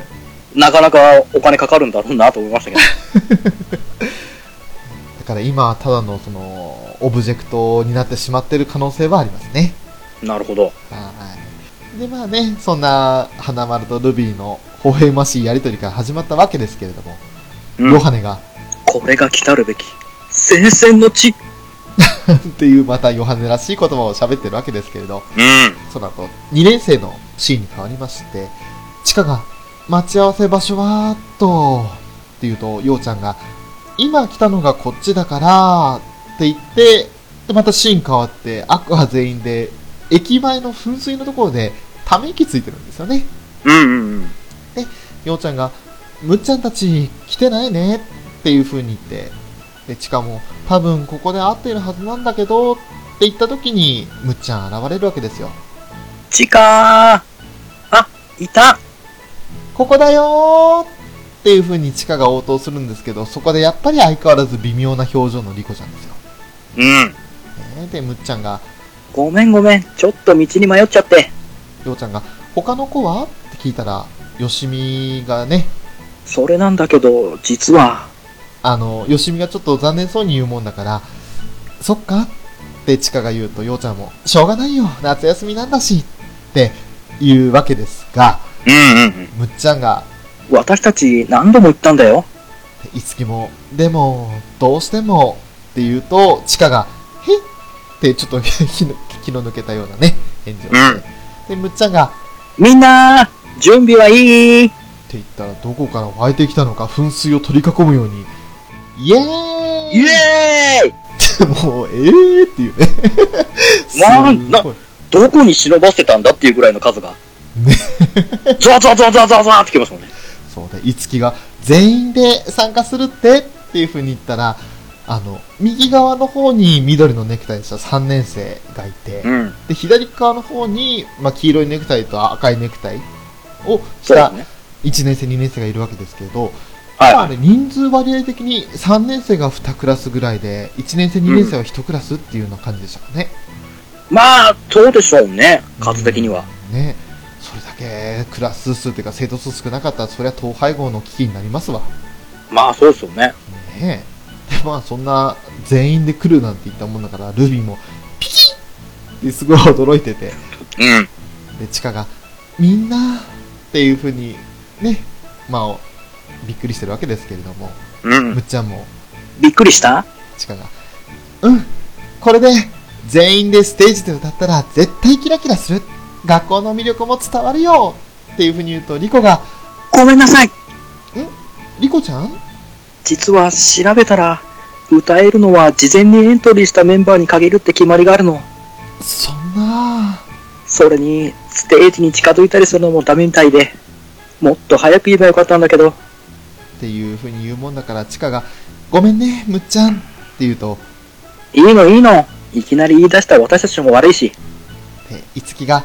C: なかなかお金かかるんだろうなと思いましたけど。
B: だから今はただのその、オブジェクトになってしまってる可能性はありますね。
C: なるほど。
B: はい。で、まあね、そんな、花丸とルビーの微笑ましいやりとりから始まったわけですけれども、
C: うん
B: ヨハネが、
C: これが来たるべき、戦線の地。
B: っていうまたヨハネらしい言葉を喋ってるわけですけれど、
C: うん。
B: その後、2年生のシーンに変わりまして、チカが、待ち合わせ場所は、と、って言うと、ヨウちゃんが、今来たのがこっちだから、って言って、で、またシーン変わって、アクア全員で、駅前の噴水のところで、ため息ついてるんですよね。
C: うんうんうん。
B: ようちゃんが、むっちゃんたち来てないねっていう風に言って、で、ちかも、多分ここで会っているはずなんだけどって言った時に、むっちゃん現れるわけですよ。
C: 地下あ、いた
B: ここだよーっていう風にちかが応答するんですけど、そこでやっぱり相変わらず微妙な表情のリコちゃんですよ。
C: うん。
B: ねで、むっちゃんが、
C: ごめんごめん。ちょっと道に迷っちゃって。
B: ようちゃんが、他の子はって聞いたら、よしみがね、
C: それなんだけど、実は。
B: あの、よしみがちょっと残念そうに言うもんだから、そっかってちかが言うと、ようちゃんも、しょうがないよ、夏休みなんだし、って言うわけですが、
C: うんうんうん。
B: むっちゃんが、
C: 私たち何度も言ったんだよ。
B: いつきも、でも、どうしても、って言うと、ちかが、へってちょっと気の気の抜けたようなね、返事をして、で、むっちゃんが、
C: みんな準備はいい
B: って言ったら、どこから湧いてきたのか、噴水を取り囲むように、イエーイ
C: イエーイ
B: って、もう、えーっていうね。
C: なんな
B: すごい
C: どこに忍ばせてたんだっていうぐらいの数が。
B: ね
C: ザワザワザワザワザワザワってきますもんね。
B: そうで、いつきが全員で参加するってっていう風に言ったら、あの、右側の方に緑のネクタイした3年生がいて、
C: ん。
B: で、左側の方に、まあ、黄色いネクタイと赤いネクタイをし
C: そうで
B: た
C: すね。
B: 1年生、2年生がいるわけですけれど、まああ
C: は
B: れ人数割合的に3年生が2クラスぐらいで、1年生、2年生は1クラスっていうような感じでしたかね。
C: い。まあ、そうでしょうね。数的には。
B: ね。それだけクラス数というか生徒数少なかったら、そりゃ統廃合の危機になりますわ。
C: まあ、そうですよね。
B: ねえ。で、まあそんな全員で来るなんて言ったもんだから、ルビーもピキッってすごい驚いてて、
C: うん。
B: で、チカがみんなっていう風にね、まあびっくりしてるわけですけれども、
C: う
B: む
C: ん。
B: っちゃんも
C: びっくりした
B: チカが、うん、これで全員でステージで歌ったら絶対キラキラする。学校の魅力も伝わるよっていう風に言うと、リコが、
C: ごめんなさい。
B: リコちゃん
C: 実は調べたら、歌えるのは事前にエントリーしたメンバーに限るって決まりがあるの。
B: そんな
C: それに、ステージに近づいたりするのもダメみたいで、もっと早く言えばよかったんだけど、
B: っていう風に言うもんだから、チカが、ごめんね、むっちゃんって言うと、
C: いいのいいの。いきなり言い出した私たちも悪いし。
B: で、いつきが、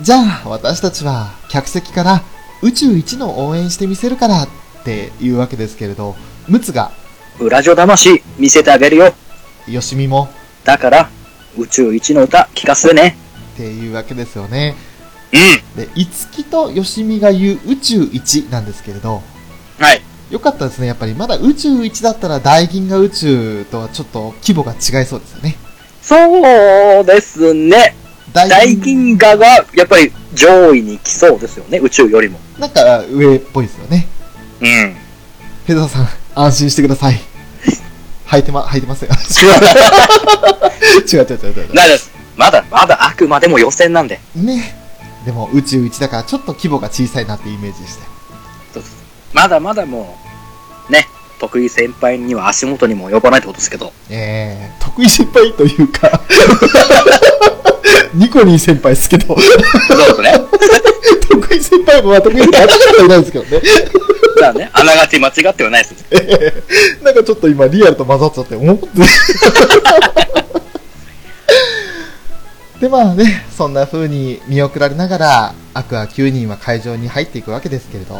B: じゃあ私たちは客席から宇宙一の応援してみせるからっていうわけですけれど、ムツが、
C: 裏女魂見せてあげるよ。
B: よしみも
C: だから、宇宙一の歌聞かせてね。
B: っていうわけですよね。
C: うん。
B: で、いつきとよしみが言う宇宙一なんですけれど、
C: はい。
B: よかったですね。やっぱりまだ宇宙一だったら大銀河宇宙とはちょっと規模が違いそうですよね。
C: そうですね。
B: 大
C: 大銀河がやっぱり上位に来そうですよね。宇宙よりも。
B: なんか上っぽいですよね。
C: うん。
B: ヘザーさん、安心してください。履いてま、履いてますよ。 違う違う違う違う違
C: ないです。まだ、まだあくまでも予選なんで。
B: う。ね。でも宇宙一だからちょっと規模が小さいなってイメージして。
C: まだまだもう、ね、得意先輩には足元にも及ばないってことですけど。
B: えー、得意失敗というか、 ニコニー先輩ですけど、
C: そうですね。
B: 徳井先輩もまあ徳井先輩、私はいないですけどね。
C: じゃあ ね、あながち間違ってはないです。
B: なんかちょっと今リアルと混ざっちゃって、思って。 で、まあね、そんな風に見送られながら、アクア9人は会場に入っていくわけですけれど、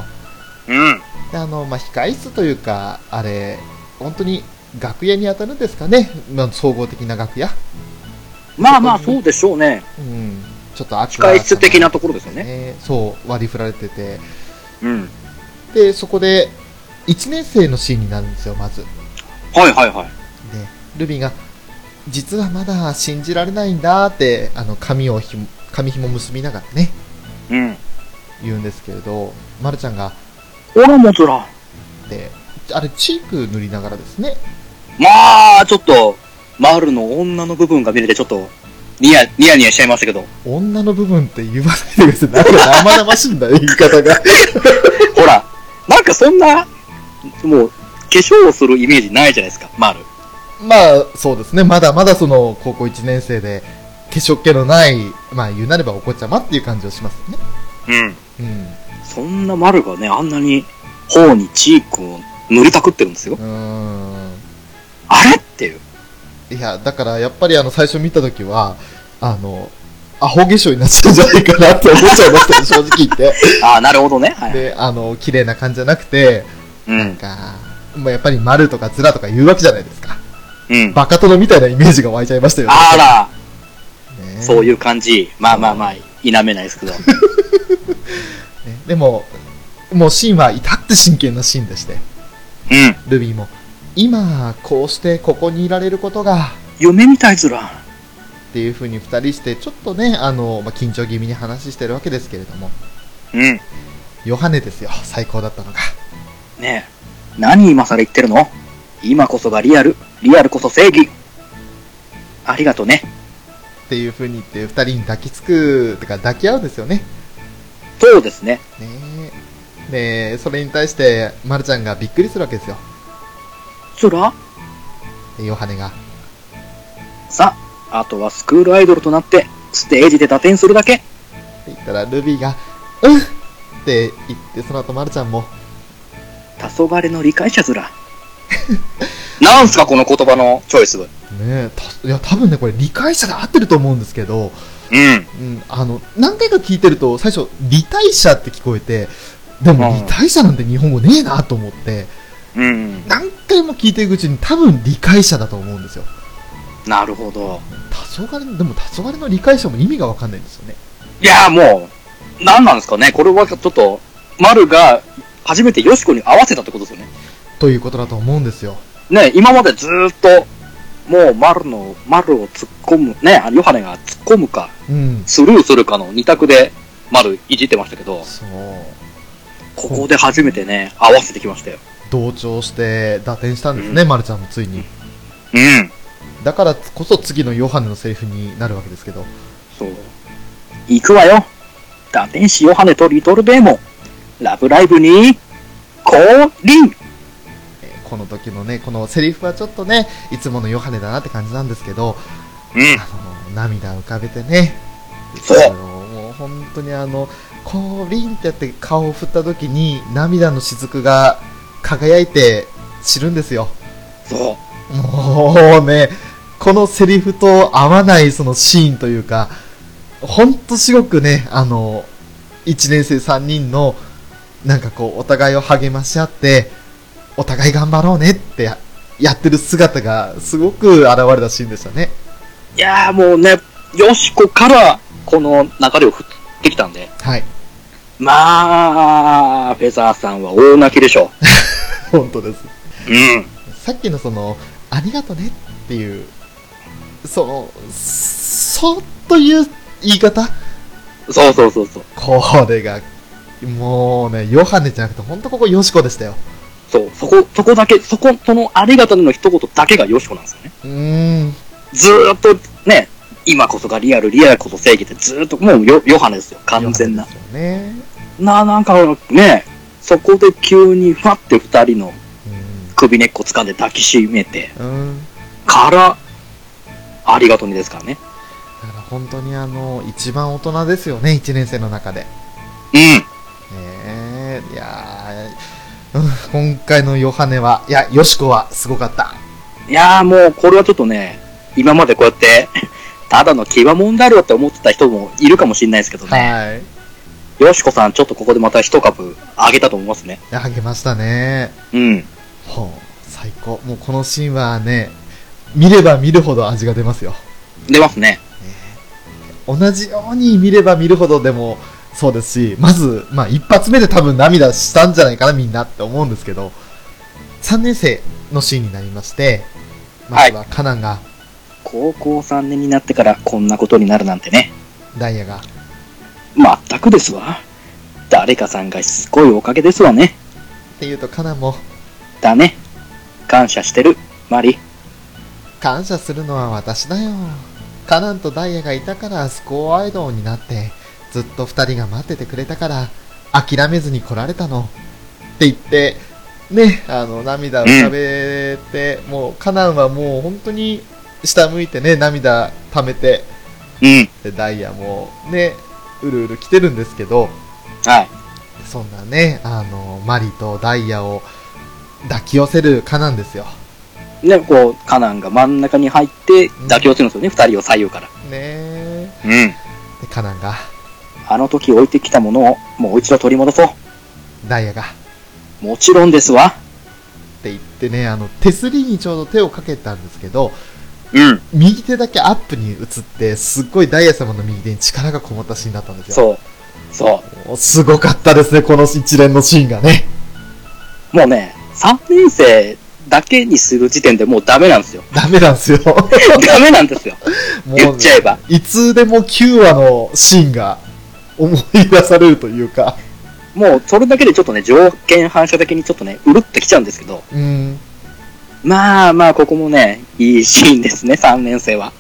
C: うん。
B: であの、まあ、控室というか、あれ、本当に楽屋に当たるんですかね、まあ、総合的な楽屋。
C: まあまあ、そうでしょうね。
B: うん、ちょっとアクア
C: 控室的なところですよね。
B: ね、そう、割り振られてて、
C: うん。
B: で、そこで、1年生のシーンになるんですよ、まず。
C: はいはいはい。
B: で、ルビーが、実はまだ信じられないんだって、あの、髪をひも、髪紐結びながらね、
C: うん。
B: 言うんですけれど、まるちゃんが、
C: ほら、もつら。
B: で、あれ、チーク塗りながらですね、
C: まあ、ちょっと、マルの女の部分が見れて、ちょっと、ニヤ、ニヤニヤしちゃいましたけど、
B: 女の部分って言わないでください。なんか生々しいんだよ、言い方が。
C: ほら、なんかそんな、もう、化粧をするイメージないじゃないですか、マル。
B: まあ、そうですね、まだまだその、高校1年生で、化粧気のない、まあ、言うなればお子ちゃまっていう感じをしますね。
C: うん。
B: うん。
C: そんなマルがね、あんなに、頬にチークを塗りたくってるんですよ
B: う。ーん。
C: あれっていう。
B: いや、だからやっぱりあの最初見たときは、あの、アホ化粧になっちゃうんじゃないかなって思っちゃいま したね、正直言って。
C: ああ、なるほどね。はい。
B: で、あの、綺麗な感じじゃなくて、
C: う
B: なん
C: ん。
B: か、まあ、やっぱり丸とかズラとか言うわけじゃないですか。
C: うん。
B: バカ殿みたいなイメージが湧いちゃいましたよね。
C: あら、
B: ね
C: そういう感じ。まあまあまあ、否めない ですけど。
B: ねでも、もうシーンは至って真剣なシーンでして、
C: うん。
B: ルビーも、今、こうしてここにいられることが、
C: 夢みたいずら。
B: っていう風に二人して、ちょっとね、あの、まあ、緊張気味に話してるわけですけれども、
C: うん。
B: ヨハネですよ、最高だったのが。
C: ねえ、何今更言ってるの今こそがリアル、リアルこそ正義。ありがとね。
B: っていう風に言って、二人に抱きつく、とか抱き合うんですよね。
C: そうですね。
B: ねえ。ねえ、それに対して、まるちゃんがびっくりするわけですよ。
C: そら
B: でヨハネが。
C: さ、あとはスクールアイドルとなって、ステージで打点するだけ。
B: って言ったら、ルビーが、うんって言って、その後まるちゃんも、
C: 黄昏の理解者ずら。 なんすか、この言葉のチョイス。うん。
B: ねえ、たいや、多分ね、これ理解者で合ってると思うんですけど、うん、あの、何回か聞いてると、最初、理解者って聞こえて、でも
C: うん
B: 理解者なんて日本語ねえなと思って、
C: うん。
B: 何回も聞いていくうちに多分理解者だと思うんですよ。
C: なるほど。
B: 黄昏、でも黄昏の理解者も意味がわかんないんですよね。
C: いやーもう、なんなんですかね。これはちょっと、丸が初めてヨシコに合わせたってことですよね。
B: ということだと思うんですよ。
C: ね、今までずーっと、もう丸の、丸を突っ込む、ね、あのヨハネが突っ込むか、
B: うん。
C: スルーするかの二択で丸いじってましたけど、
B: そう。
C: ここで初めてね、合わせてきましたよ。
B: 同調して打点したんですね、マルちゃんもついに。
C: うん。
B: だからこそ次のヨハネのセリフになるわけですけど。
C: そう。行くわよ。打天使ヨハネとリトルベーも、ラブライブに、降臨
B: えーこの時のね、このセリフはちょっとね、いつものヨハネだなって感じなんですけど、
C: うん。
B: あの、涙を浮かべてね、
C: そう
B: あのもう本当にあの、こう、リンってやって顔を振った時に、涙の雫が輝いて散るんですよ。
C: そ
B: もうね、このセリフと合わないそのシーンというか、ほんとすごくね、あの、1年生3人の、なんかこう、お互いを励まし合って、お互い頑張ろうねってややってる姿が、すごく現れたシーンでしたね。
C: う。いやーもうね、ヨシコから、この流れを振ってきたんで、
B: はい。
C: まあ、フェザーさんは大泣きでしょ
B: 本当です。
C: う。うん。
B: さっきのその、ありがとねっていう、その、そっという言い方
C: そうそうそうそう。
B: これが、もうね、ヨハネじゃなくて、ほんとここヨシコでしたよ。
C: そう、そこ、そこだけ、そこ、そのありがとねの一言だけがよしこなんですよね。
B: うーん、
C: ずーっとね、今こそがリアル、リアルこそ正義ってずーっと、もうよ、ヨハネですよ、完全な
B: で。すよね。
C: な、なんかね、そこで急にファって二人の首根っこ掴んで抱きしめて、
B: うん。うん。
C: から、ありがとねですからね。
B: だから本当にあの、一番大人ですよね、1年生の中で。
C: うん。
B: ねえいやーうん今回のヨハネは、いや、ヨシコはすごかった。
C: いやーもう、これはちょっとね、今までこうやって、 ただの牙もんだろうって思ってた人もいるかもしれないですけどね。
B: はい。
C: よしこさん、ちょっとここでまた一株上げたと思いますね。
B: あげましたね。
C: うん。
B: ほう、最高。もうこのシーンはね、見れば見るほど味が出ますよ。
C: 出ますね。
B: 同じように見れば見るほどでもそうですし、まず、まあ一発目で多分涙したんじゃないかなみんなって思うんですけど、3年生のシーンになりまして、まずはカナンが、
C: 高校3年になってからこんなことになるなんてね。
B: ダイヤが、
C: まったくですわ。誰かさんがしつこいおかげですわね。
B: っていうとカナンも、
C: だね。感謝してる、マリ。
B: 感謝するのは私だよ。カナンとダイヤがいたからスコアアイドルになって、ずっと二人が待っててくれたから、諦めずに来られたの。って言って、ね、あの、涙を浮かべて、もう、カナンはもう本当に下向いてね、涙溜めて、
C: うん。
B: でダイヤもね、うるうる来てるんですけど、
C: はい。
B: そんなね、あの、マリとダイヤを抱き寄せるカナンですよ。
C: で、こう、カナンが真ん中に入って妥協するんですよね、二人を左右から。
B: ねえ。
C: うん。
B: で、カナンが、
C: あの時置いてきたものをもう一度取り戻そう。
B: ダイヤが、
C: もちろんですわ。
B: って言ってね、あの、手すりにちょうど手をかけたんですけど、
C: うん。
B: 右手だけアップに移って、すっごいダイヤ様の右手に力がこもったシーンだったんですよ。
C: そう。そ
B: もうすごかったですね、この一連のシーンがね。
C: う。もうね、3年生だけにする時点でもうダメな んですよ。
B: ダメなんですよ。
C: ダメなんですよ。
B: もうね
C: 言っちゃえば。
B: いつでも9話のシーンが思い出されるというか、
C: もうそれだけでちょっとね、条件反射的にちょっとね、うるってきちゃうんですけど。
B: うん、
C: まあまあ、ここもね、いいシーンですね、3年生は。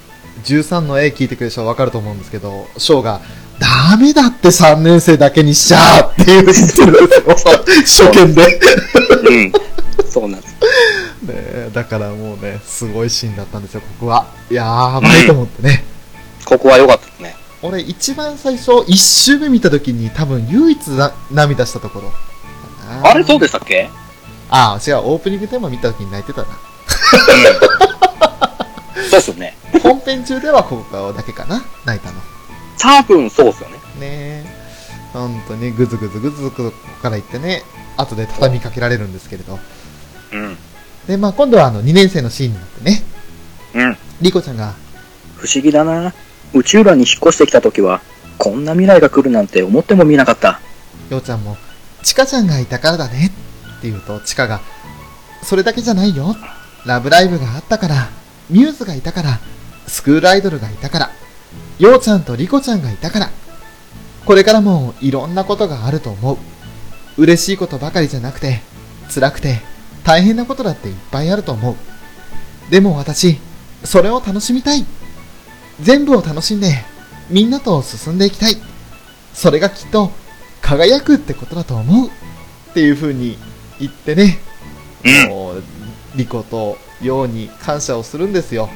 B: 13の A 聞いてくれる人はわかると思うんですけど、ショーが、ダメだって3年生だけにしちゃーっていう言ってるん ですよ。初見で。
C: うん。そうなんです。
B: ねえだからもうね、すごいシーンだったんですよ、ここは。いやー、やばいと思って ね。
C: ここは良かったですね。
B: 俺、一番最初、一周目見た時に多分唯一な涙したところ。
C: あれそう
B: で
C: でしたっけ
B: ああ、違う、オープニングテーマ見た時に泣いてたな。
C: そうですよね。
B: 本編中ではここだけかな、泣いたの。
C: 多分そうですよね。
B: ねえ。本当にぐずぐずぐずぐずここから行ってね、後で畳みかけられるんですけれど。
C: うん。
B: で、まあ今度はあの2年生のシーンになってね、
C: うん。
B: リコちゃんが、
C: 不思議だな。宇宙欄に引っ越してきた時は、こんな未来が来るなんて思っても見なかった。
B: ようちゃんも、ちかちゃんがいたからだねって言うと、ちかが、それだけじゃないよ。ラブライブがあったから、ミューズがいたから、スクールアイドルがいたから、ようちゃんとりこちゃんがいたから、これからもいろんなことがあると思う。嬉しいことばかりじゃなくて、辛くて、大変なことだっていっぱいあると思う。でも私、それを楽しみたい。全部を楽しんで、みんなと進んでいきたい。それがきっと、輝くってことだと思うっていう風に言ってね、もうリコとように感謝をするんですよ、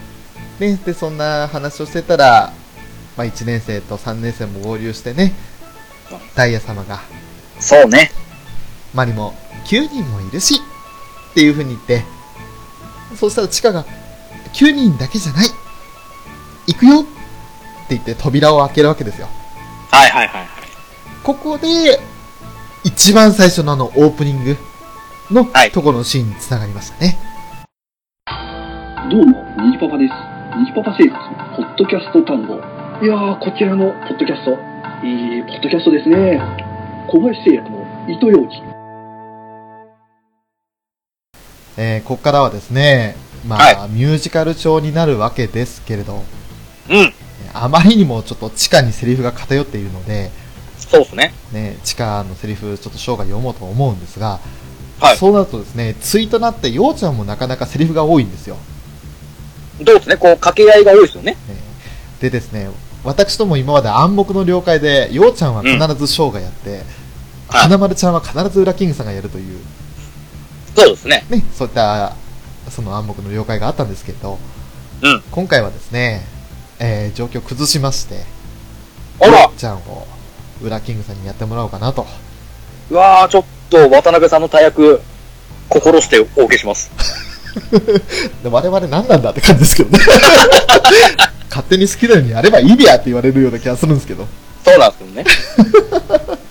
B: ね、でそんな話をしてたら、まあ、1年生と3年生も合流してねダイヤ様が
C: そうね。
B: マリも9人もいるしっていう風に言ってそしたらチカが9人だけじゃない行くよって言って扉を開けるわけですよ
C: はいはいはい。
B: ここで、一番最初のあのオープニングの
C: はい
B: ところのシーンに繋がりましたね。
D: どうも、ニジパパです。ニジパパ生活、ポッドキャスト担当。いやー、こちらのポッドキャスト、いいポッドキャストですね。小林製薬の糸ようじ。
B: えーここからはですね、まあ、ミュージカル調になるわけですけれど、
C: うん。
B: あまりにもちょっと地下にセリフが偏っているので、
C: そうっすね。
B: ね、地下のセリフちょっと生涯読もうと思うんですが、
C: はい
B: そうなるとですね、対となって、ようちゃんもなかなかセリフが多いんですよ。
C: どうですね。こう、掛け合いが多いですよね。
B: でですね、私とも今まで暗黙の了解で、ようちゃんは必ずショーがやって、
C: はい
B: 花丸ちゃんは必ず裏キングさんがやるという、
C: そうですね。
B: ね、そういったその暗黙の了解があったんですけど、
C: うん
B: 今回はですね、えー状況を崩しまして、
C: あ
B: よ
C: ら
B: っちゃんを、ウラキングさんにやってもらおうかなと。
C: うわー、ちょっと渡辺さんの大役、心してお受けします。
B: で我々何なんだって感じですけどね。 勝手に好きなようにやればいいべやって言われるような気がするんですけど。
C: そうなんですけどね。